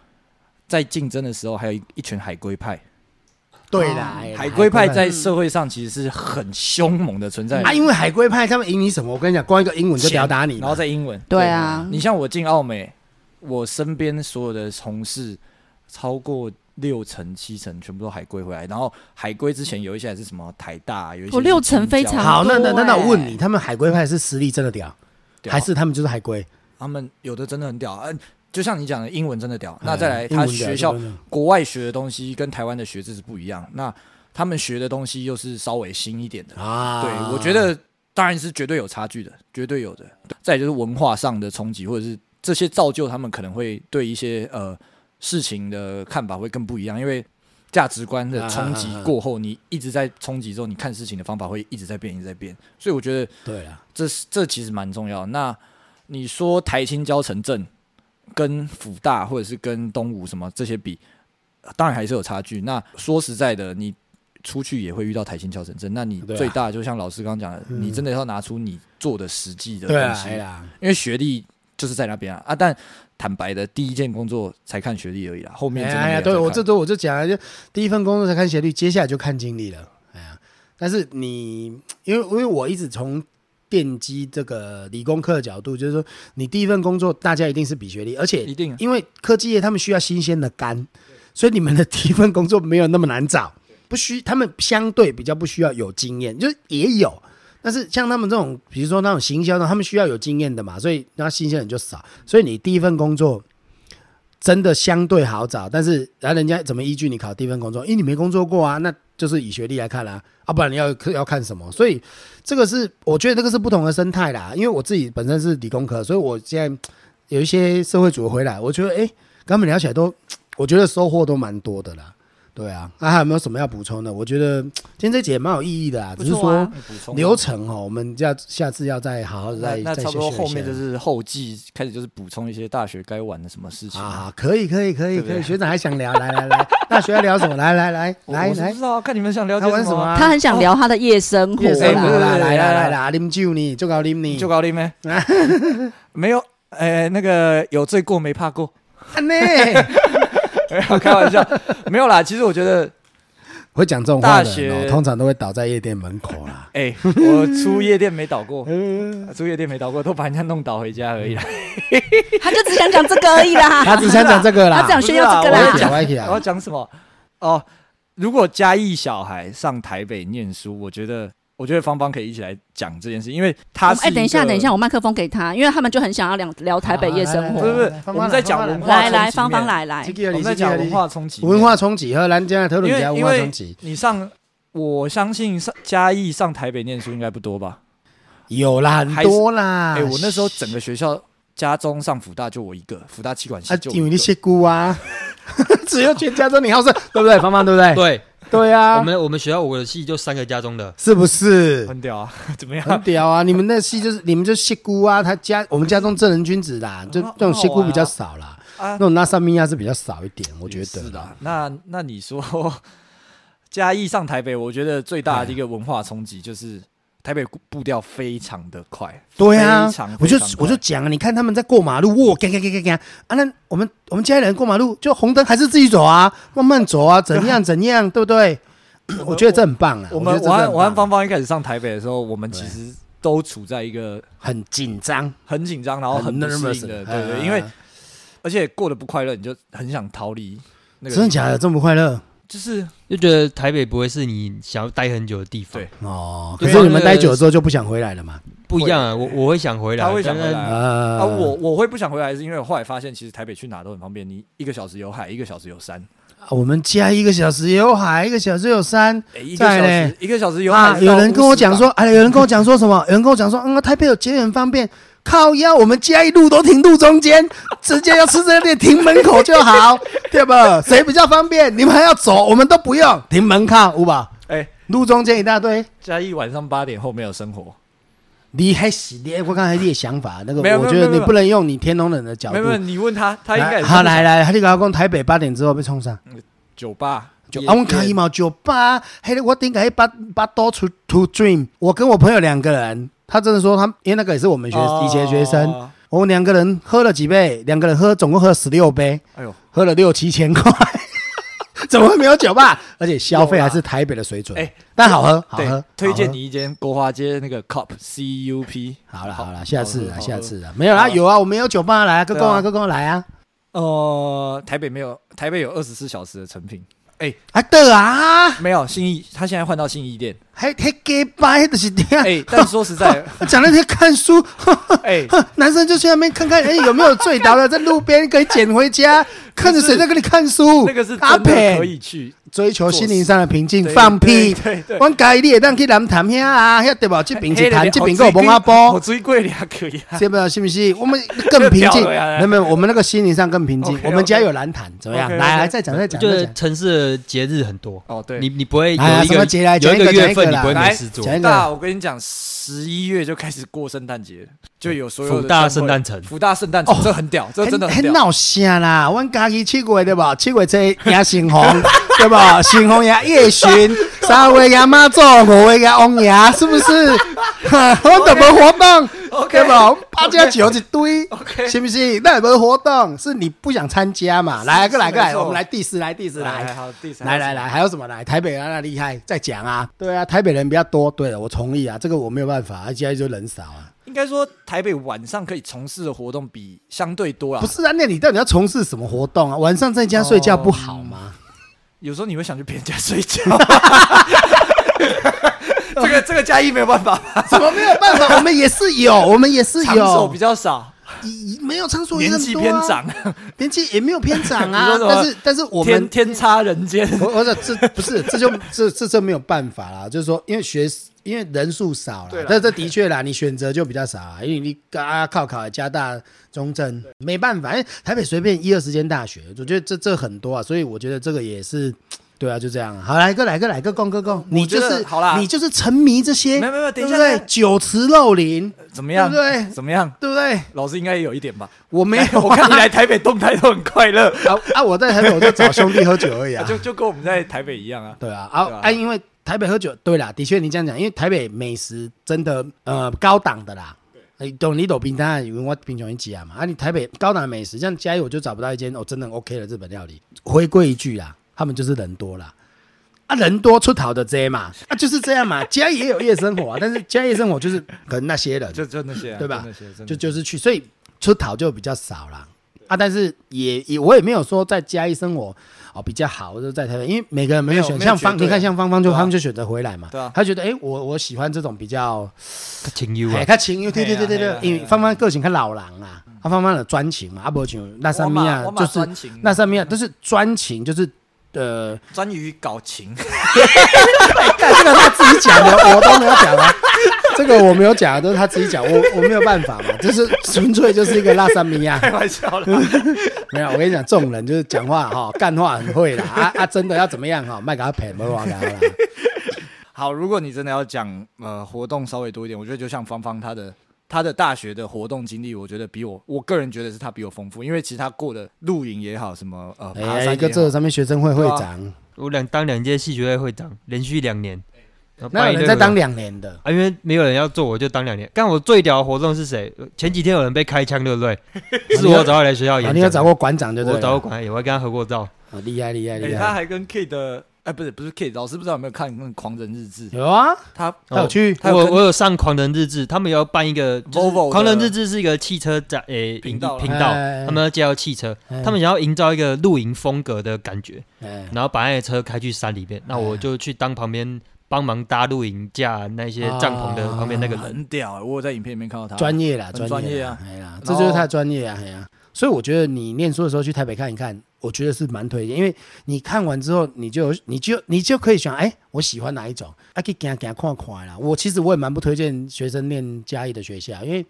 B: 在竞争的时候，还有一一群海龟派。
A: 对啦，
C: 哦
A: 哎
B: 海龟派在
C: 嗯
B: 社会上其实是很凶猛的存在
A: 啊，，因为海龟派他们赢你什么？我跟你讲，光一个英文就
B: 钱
A: 吊打你嘛，
B: 然后在英文。
C: 对啊，
B: 你像我进澳美，我身边所有的同事超过六成七成全部都海归回来，然后海归之前有一些还是什么台大，有一些
C: 我
B: 是
C: 哦六成
B: 青
C: 非
B: 交
C: 常
A: 好，那那那那
C: 很
A: 我
C: 多
A: 问
C: 欸
A: 你，他们海龟派是实力真的屌，
B: 哎屌
A: 还是他们就是海龟？
B: 啊他们有的真的很屌，嗯、就像你讲的英文真的屌，那
A: 哎
B: 再来
A: 英文
B: 他
A: 屌
B: 学校
A: 真的
B: 国外学的东西跟台湾的学制是不一样，那他们学的东西又是稍微新一点的，
A: 啊，
B: 对我觉得当然是绝对有差距的，绝对有的。再来就是文化上的冲击，或者是这些造就他们可能会对一些呃事情的看法会更不一样，因为价值观的冲击
A: 啊啊啊啊
B: 过后，你一直在冲击之后，你看事情的方法会一直在变，一直在变。所以我觉得
A: 对啊，
B: 这是这其实蛮重要的。那你说台青交城镇跟辅大或者是跟东吴什么这些比，当然还是有差距。那说实在的，你出去也会遇到台青交城镇，那你
A: 对啊
B: 最大就像老师刚刚讲的，
A: 嗯
B: 你真的要拿出你做的实际的
A: 对
B: 东
A: 啊，
B: 西，
A: 哎呀，
B: 因为学历就是在那边啊啊。但坦白的，第一件工作才看学历而已啦，后面真的
A: 哎
B: 没有
A: 呀，
B: 在看
A: 对我这周我就讲了，就第一份工作才看学历，接下来就看经历了。哎呀，但是你因为因为我一直从电机这个理工科的角度，就是说你第一份工作大家一定是比学历，而且
B: 一定啊
A: 因为科技业他们需要新鲜的肝，所以你们的第一份工作没有那么难找，不需他们相对比较不需要有经验，就是也有。但是像他们这种，比如说那种行销的，他们需要有经验的嘛，所以那新鲜人就少。所以你第一份工作真的相对好找，但是然后人家怎么依据你考第一份工作？因为你没工作过啊，那就是以学历来看啦、啊，不然你要要看什么？所以这个是我觉得这个是不同的生态啦。因为我自己本身是理工科，所以我现在有一些社会组回来，我觉得哎，诶跟他们聊起来都，我觉得收获都蛮多的啦。对啊，那、还有没有什么要补充的？我觉得今天这节也蛮有意义的啊，
C: 不
A: 只是
C: 错
A: 说
C: 啊。
B: 补充
A: 流程哦，我们要下次要再好好地
B: 那
A: 再
B: 那
A: 再
B: 差不多
A: 学习一
B: 后
A: 下
B: 面就是后记开始就是补充一些大学该玩的什么事情
A: 啊，可以可以可以
B: 对不
A: 可
B: 对
A: 以，学长还想聊，来来来，大学要聊什么？来来来
B: 我
A: 来
B: 我是
A: 来
B: 不，知道啊看你们想了
A: 他
B: 解
A: 玩什么
B: 啊
A: 啊？
C: 他很想聊他的夜生活
A: 夜生
B: 哎
A: 活
B: 对
C: 啦。
A: 啦，来
B: 对对来
A: 来来
B: 来
A: 啦，啉酒呢，就搞啉呢，
B: 就搞
A: (laughs)
B: 定没？没有，哎、那个有罪过没怕过， (laughs)
A: 安呢，
B: 没有开玩笑，没有啦。其实我觉得，
A: (laughs) 会讲这种话的
B: 大
A: 人
B: 学
A: 哦，通常都会倒在夜店门口啦。
B: 哎、我出夜店没
A: (laughs)
B: 倒过，出夜店没倒过，都把人家弄倒回家而已啦。
C: 他就只想讲这个而已
A: (laughs)
C: 啦。
A: 他只想讲这个啦
C: (laughs) 他，只想炫耀这个
A: 我
B: 不
A: 也
B: 是
C: 啦。
A: 讲，我也
B: 我要
A: 讲，
B: 讲什么？哦，如果嘉义小孩上台北念书，我觉得，我觉得芳芳可以一起来讲这件事，因为他是
C: 哎，等一下，
B: 个
C: 等一下，，我麦克风给他，因为他们就很想要聊聊台北夜生
B: 不是不
C: 活。
B: 是我们在讲文化
C: 啊来来，
B: 冲
C: 芳
B: 击面
C: 芳来来
A: 这，个
B: 我
A: 有
B: 们
A: 理
B: 在讲文，化冲
A: 这
B: 击
A: 个有
B: 面，
A: 理啊文化冲击和咱今天讨论
B: 因为
A: 家文
B: 因
A: 化
B: 为
A: 冲击
B: 你上，我相信上嘉义上台北念书应该不多吧？
A: 有啦，很
B: 还是
A: 多啦。
B: 哎、我那时候整个学校家中上福大就我一个，福大气管系
A: 啊
B: 就，我一
A: 因为
B: 个
A: 你谢姑啊， (laughs) 只有全家都你好胜，对不对？芳芳对不对？
D: 对，
A: 对
D: 我
A: 啊，
D: 们我们学校我的系就三个家中的，
A: 是不是？
B: 很屌啊， (laughs) 怎么
A: (laughs) 很
B: 样？
A: 屌啊！你们那戏就是你们就戏姑啊，他家我们家中正人君子啦，就
B: 哦很
A: 这种戏姑比较少啦，
B: 好玩啊
A: 那种拉萨米亚是比较少一点，我觉得
B: 是的。那那你说哦嘉义上台北，我觉得最大的一个文化冲击就是台北步调非常的快，
A: 对啊
B: 非常，
A: 我就
B: 非常快
A: 我就讲啊，你看他们在过马路，哇，嘎嘎嘎嘎嘎啊！那我们我们家里人过马路就红灯还是自己走啊，慢慢走啊，怎样怎样，对不对？我觉得这很棒啊！
B: 呃我们
A: 觉得这真
B: 我
A: 的
B: 和
A: 很
B: 我和
A: 棒
B: 芳芳一开始上台北的时候，我们其实都处在一个
A: 很紧张，
B: 很紧张，然后哦很不适
A: nervous，
B: 应的，
A: 嗯
B: 对对，因为而且过得不快乐，你就很想逃离那个地方。
A: 真的假的这么快乐
B: 就是
D: 就觉得台北不会是你想要待很久的地方
B: 对，啊
A: 哦？可
D: 对
A: 是你们待久了之后就不想回来了嘛？
D: 不一样啊，我我会想回来，
B: 他会想回来
D: 但是
A: 啊
B: 啊，我我会不想回来，是因为我后来发现，其实台北去哪都很方便，你一个小时有海，一个小时有山，
A: 啊我们家一个小时有海，一个小时有山，
B: 哎，一个
A: 在
B: 小
A: 嘞
B: 时一个小时有海
A: 啊，
B: 是到乌石港。
A: 有人跟我讲说，哎，有人跟我讲说什么？有人跟我讲说，嗯，台北有捷运很方便，靠腰，我们家一路都停路中间，直接要吃这店停门口就 (laughs) 好，对吧？谁比较方便？你们还要走，我们都不用停门靠，五宝
B: 哎，
A: 路中间一大堆。
B: 嘉义晚上八点后没有生活，
A: 你还是你，我刚才你的想法，那个
B: 没有
A: 我
B: 没有
A: 觉得
B: 没有
A: 你不能用你天龙人的角
B: 没有没有，
A: 度。啊
B: 你问他，他应该也是
A: 好来来，他就跟我讲台北八点之后被冲上。
B: 酒吧，
A: 就
B: 夜
A: 啊，我可以
B: 店
A: 嘛？酒吧，嘿，我顶个把把多出 to dream。我跟我朋友两个人，他真的说他，因为那个也是我们学以前学生，，
B: 哦
A: 我们两个人喝了几杯，两个人喝总共喝了十六杯，
B: 哎呦，
A: 喝了六七千块， (laughs) 怎么会没有酒吧？而且消费还是台北的水准，
B: 哎，
A: 但好喝，好
B: 对
A: 喝，，
B: 推荐
A: 好喝。
B: 你一间国华街那个 Cup C U P，
A: 好了好了，下次
B: 好
A: 啊，
B: 喝
A: 下次啊，没有啦，
B: 好
A: 有啊，我们有酒吧来啊，哥哥
B: 对
A: 啊，
B: 啊
A: 哥哥来啊，
B: 呃，台北没有，台北有二十四小时的成品，
A: 啊对啊，
B: 没有新义，他现在换到新义店，
A: 还还给拜的是这样。
B: 哎，但说
A: (laughs)
B: 实在，
A: 讲那些看书，
B: 哎，
A: (laughs) 哼，男生就去那边看看，哎、有没有醉
B: (laughs)
A: 倒的，在路边可以捡回家，看着谁在跟你看书。
B: 那个是
A: 阿
B: 真的可
A: 培，
B: 以去，
A: 追求心灵上的平静，
B: 对
A: 放屁！
B: 对对对，
A: 我家你也当去南谈遐啊，遐对吧？这边是谈，这
B: 哦
A: 边个蒙阿
B: 我
A: 波，
B: 追贵俩可
D: (laughs)
B: 以啊，
A: 是不是？是不是？我们更平静，
B: 就表了呀
A: 没有没有，我们那个心灵上更平静。
B: OK，OK
A: 我们家有蓝潭，怎么样？
B: OK，OK
A: 来来，再讲再
D: 我
A: 讲，
D: 觉
A: 再
D: 得
A: 讲。
D: 城市的节日很多，
B: 哦对，
D: 你你不会有
A: 哎呀
D: 一
A: 什么
D: 个
A: 节来
D: 有
A: 讲一
D: 一
A: 个
D: 个月
A: 讲一
D: 份
A: 个
D: 你
A: 啦
D: 不会
B: 来
D: 没事做
A: 讲，真的
B: 大，我跟你讲，十一月就开始过圣诞节，就有所有的
D: 福大
B: 灯会
D: 圣诞城
B: 福大圣诞城
A: 哦，
B: 这很屌，这真的
A: 很
B: 屌。
A: 闹声啦！我家己七月对吧？七月这也新
B: (laughs)
A: 红对吧？新红也夜巡，三月也妈祖，五月也王爷，是不
B: (laughs)
A: 是？ (laughs) 我怎么活动？对
B: OK
A: 吧？我们八加九一堆
B: OK
A: 是不是？那有没有活动是你不想参加嘛？来，
B: 是
A: 个来个
B: 没
A: 来，
B: 错
A: 我们来第四来第四来。
B: 好，第三
A: 来来来，还有什么来？台北啊，那厉害，再讲啊。对啊，台北人比较多。对了，我同意啊，这个我没有办法，现在就人少啊。
B: 应该说台北晚上可以从事的活动比相对多啦
A: 不。是啊，那你到底要从事什么活动啊？晚上在家睡
B: 哦
A: 觉不好
B: (laughs)
A: 吗？
B: 有时候你会想去别人家
A: (laughs)
B: 睡觉，这个这个嘉义没有办法，
A: 怎么没有办法？ (laughs) 我们也是
B: (laughs)
A: 有，我们也是
B: 场所
A: 有
B: 比，较少，
A: 以没有场所也
B: 年
A: 很
B: 纪
A: 多
B: 偏
A: 啊，
B: 长，
A: 年纪也没有偏长
B: (laughs) 你
A: 啊
B: 说。什么
A: 但是但是我
B: 天
A: 们嗯
B: 天差人间。
A: 我我说这不是，这就这这这没有办法啦，就是说，因为学因为人数少
B: 对
A: 了
B: 啦，
A: 但这的确啦，你选择就比较少啊，因为你啊靠考加大中正没办法，因为台北随便一二十间大学，我觉得这这很多啊，所以我觉得这个也是。对啊，就这样啊。好，来个来个来个，共共共，你就
B: 觉得
A: 是
B: 好啦
A: 你就是沉迷这些，
B: 没有没有等一下
A: 对不
B: 等
A: 对
B: 一下
A: 酒池肉林，
B: 怎么样？
A: 对不对
B: 怎么样？
A: 对不对？
B: 老师应该也有一点吧？
A: 我没有啊，
B: 我看你来台北动态都很快 (laughs) 乐，
A: 啊啊！我在台北我就找兄弟喝酒而
B: (laughs)
A: 已啊，
B: 就就跟我们在台北一样啊。
A: 对啊，啊
B: 对啊
A: 啊，因为台北喝酒，对啦，的确你这样讲，因为台北美食真的呃高档的啦。你懂你懂冰当因为我贫穷一家嘛。啊，你台北高档的美食，像嘉义我就找不到一间哦，真的很 OK 的日本料理。回归一句啦，他们就是人多啦。啊，人多出逃的贼嘛，啊就是这样嘛。嘉义也有夜生活啊，但是嘉义夜生活就是可能那些人，
B: 就就那些啊、
A: 对吧
B: 就那些，真的
A: 就就是去，所以出逃就比较少啦。啊，但是也也我也没有说在嘉义生活哦比较好，或者在台北，因为每个人没有
B: 没有
A: 选
B: 没有
A: 像
B: 绝
A: 方，
B: 对
A: 你看像芳芳就、
B: 对啊
A: 他们就选择回来嘛，
B: 对啊
A: 他觉得哎、诶我我喜欢这种比较
D: 情忧
A: 哎
D: 啊，
A: 较情，对对
B: 嘿啊
A: 对对
B: 嘿
A: 对
B: 啊，
A: 因为
B: 嘿啊
A: 芳芳个性较老人啊，啊芳芳的专情嘛，啊不像那三米啊
B: 我，嘛
A: 就是
B: 专情，
A: 那三米啊，都是专情，就是呃，
B: 专于搞情， (laughs)
A: 干这个他自己讲的，我都没有讲
B: (laughs)
A: 啊。这个我没有讲啊，都是他自己讲，我我没有办法嘛，就是纯粹就是一个拉萨米亚，啊
B: 开玩笑啦。
A: 没有，我跟你讲，这种人就是讲话哈、 (laughs) 干话很会啦，啊啊，真的要怎么样哈、卖给他赔，没话给
D: (laughs)
A: 他啦。
B: (laughs) 好，如果你真的要讲呃活动稍微多一点，我觉得就像芳芳她的她的大学的活动经历，我觉得比我我个人觉得是她比我丰富，因为其实她过的露营也好，什么呃爬
A: 哎，
B: 山
A: 一个
D: 啊
B: 也
A: 这
B: 好，
A: 上面学生会会长，
D: 我两当两届系学会会长，连续两年，然后
A: 那
D: 办
A: 有
D: 一
A: 人
D: 堆
A: 在
D: 活动
A: 当两年的，
D: 啊，因为没有人要做，我就当两年。干我最屌的活动是谁？前几天有人被开枪，
A: (laughs)
D: 对不对？是我找他来学校
A: 啊，
D: 演讲。
A: 你有找过馆长就对
D: 我
A: 了，
D: 找过管理，我还跟他合过照。
A: 啊，厉害厉害
B: 哎、
A: 厉
B: 她
A: 害，
B: 还跟 K 的哎不是不是 K 老师不知道有没有看那个狂人日志，
A: 有啊，
B: 她
A: 他有哦去，
B: 他有
D: 我
B: 跟
D: 我有上狂人日志，他们要办一个就是
B: Volvo 的
D: 狂人日志是一个汽车展诶
B: 频道啦
D: 频道
A: 哎，
D: 他们要介绍汽车，
A: 哎
D: 他们想要营造一个露营风格的感觉，
A: 哎
D: 然后把那些车开去山里面，那我就去当旁边帮忙搭露营架那些帐篷的
A: 啊
D: 旁边那个人。
B: 很屌、我有在影片里面看到她
A: 专业啦，
B: 很
A: 专
B: 专业
A: 业啦
B: 啊，
A: 哎呀，
B: 然后
A: 这就是他的专业啊，哎呀，所以我觉得你念书的时候去台北看一看，我觉得是蛮推荐，因为你看完之后，你就有你就你就可以想，哎，我喜欢哪一种，啊，可以给他给他看看啦。我其实我也蛮不推荐学生念嘉义的学校，因为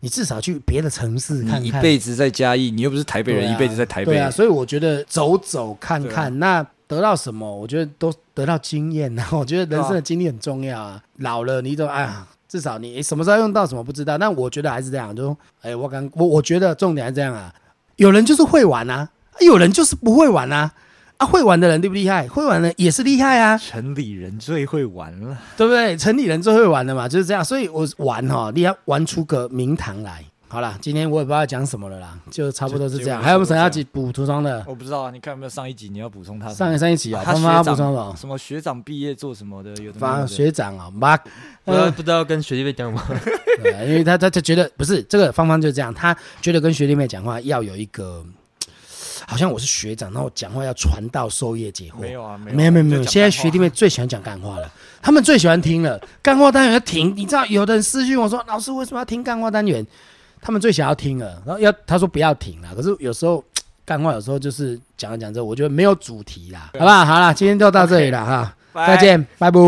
A: 你至少去别的城市看看，啊
B: 你一辈子在嘉义，你又不是台北人，
A: 对啊
B: 一辈子在台北。
A: 对啊，所以我觉得走走看
B: 对啊
A: 看，那得到什么，我觉得都得到经验呐、 (laughs) 我觉得人生的经历很重要啊。老了你都哎呀，至少你什么时候用到什么不知道。但我觉得还是这样，就哎，我刚我我觉得重点还是这样啊。有人就是会玩啊，啊有人就是不会玩啊。啊，会玩的人厉不厉害？会玩的人也是厉害啊，
B: 城里人最会玩了， (laughs)
A: 对不对？城里人最会玩的嘛，就是这样。所以我玩哈、你要玩出个名堂来。好啦，今天我也不知道讲什么了啦，就差不多是这样。
B: 就
A: 还有没有谁要
B: 就这
A: 去补涂装的？
B: 我不知道啊，你看有没有上一集你要补充他的
A: 上一上一集啊，
B: 啊他
A: 他妈
B: 学
A: 不
B: 长
A: 双了，
B: 什么学长毕业做什么的，有的没
A: 反
B: 有
A: 正
B: 的
A: 学长啊，妈，
D: 不知道不知道跟学弟妹讲吗？
A: (laughs) 对因为他他他觉得不是这个芳芳就这样，他觉得跟学弟妹讲话要有一个，好像我是学长，然后我讲话要传道授业解惑。
B: 没有啊，没有啊
A: 没有没有
B: 就
A: 没有，
B: 讲
A: 现在
B: 干话
A: 学弟妹最喜欢讲干话了，他们最喜欢听了干话单元要停。你知道有的人私讯我说，老师为什么要听干话单元？他们最想要听了，然后要他说不要停了，可是有时候干话有时候就是
B: 啊
A: 讲着讲着，我觉得没有主题啦，好不好？好啦，今天就到这里了哈，再见，拜拜。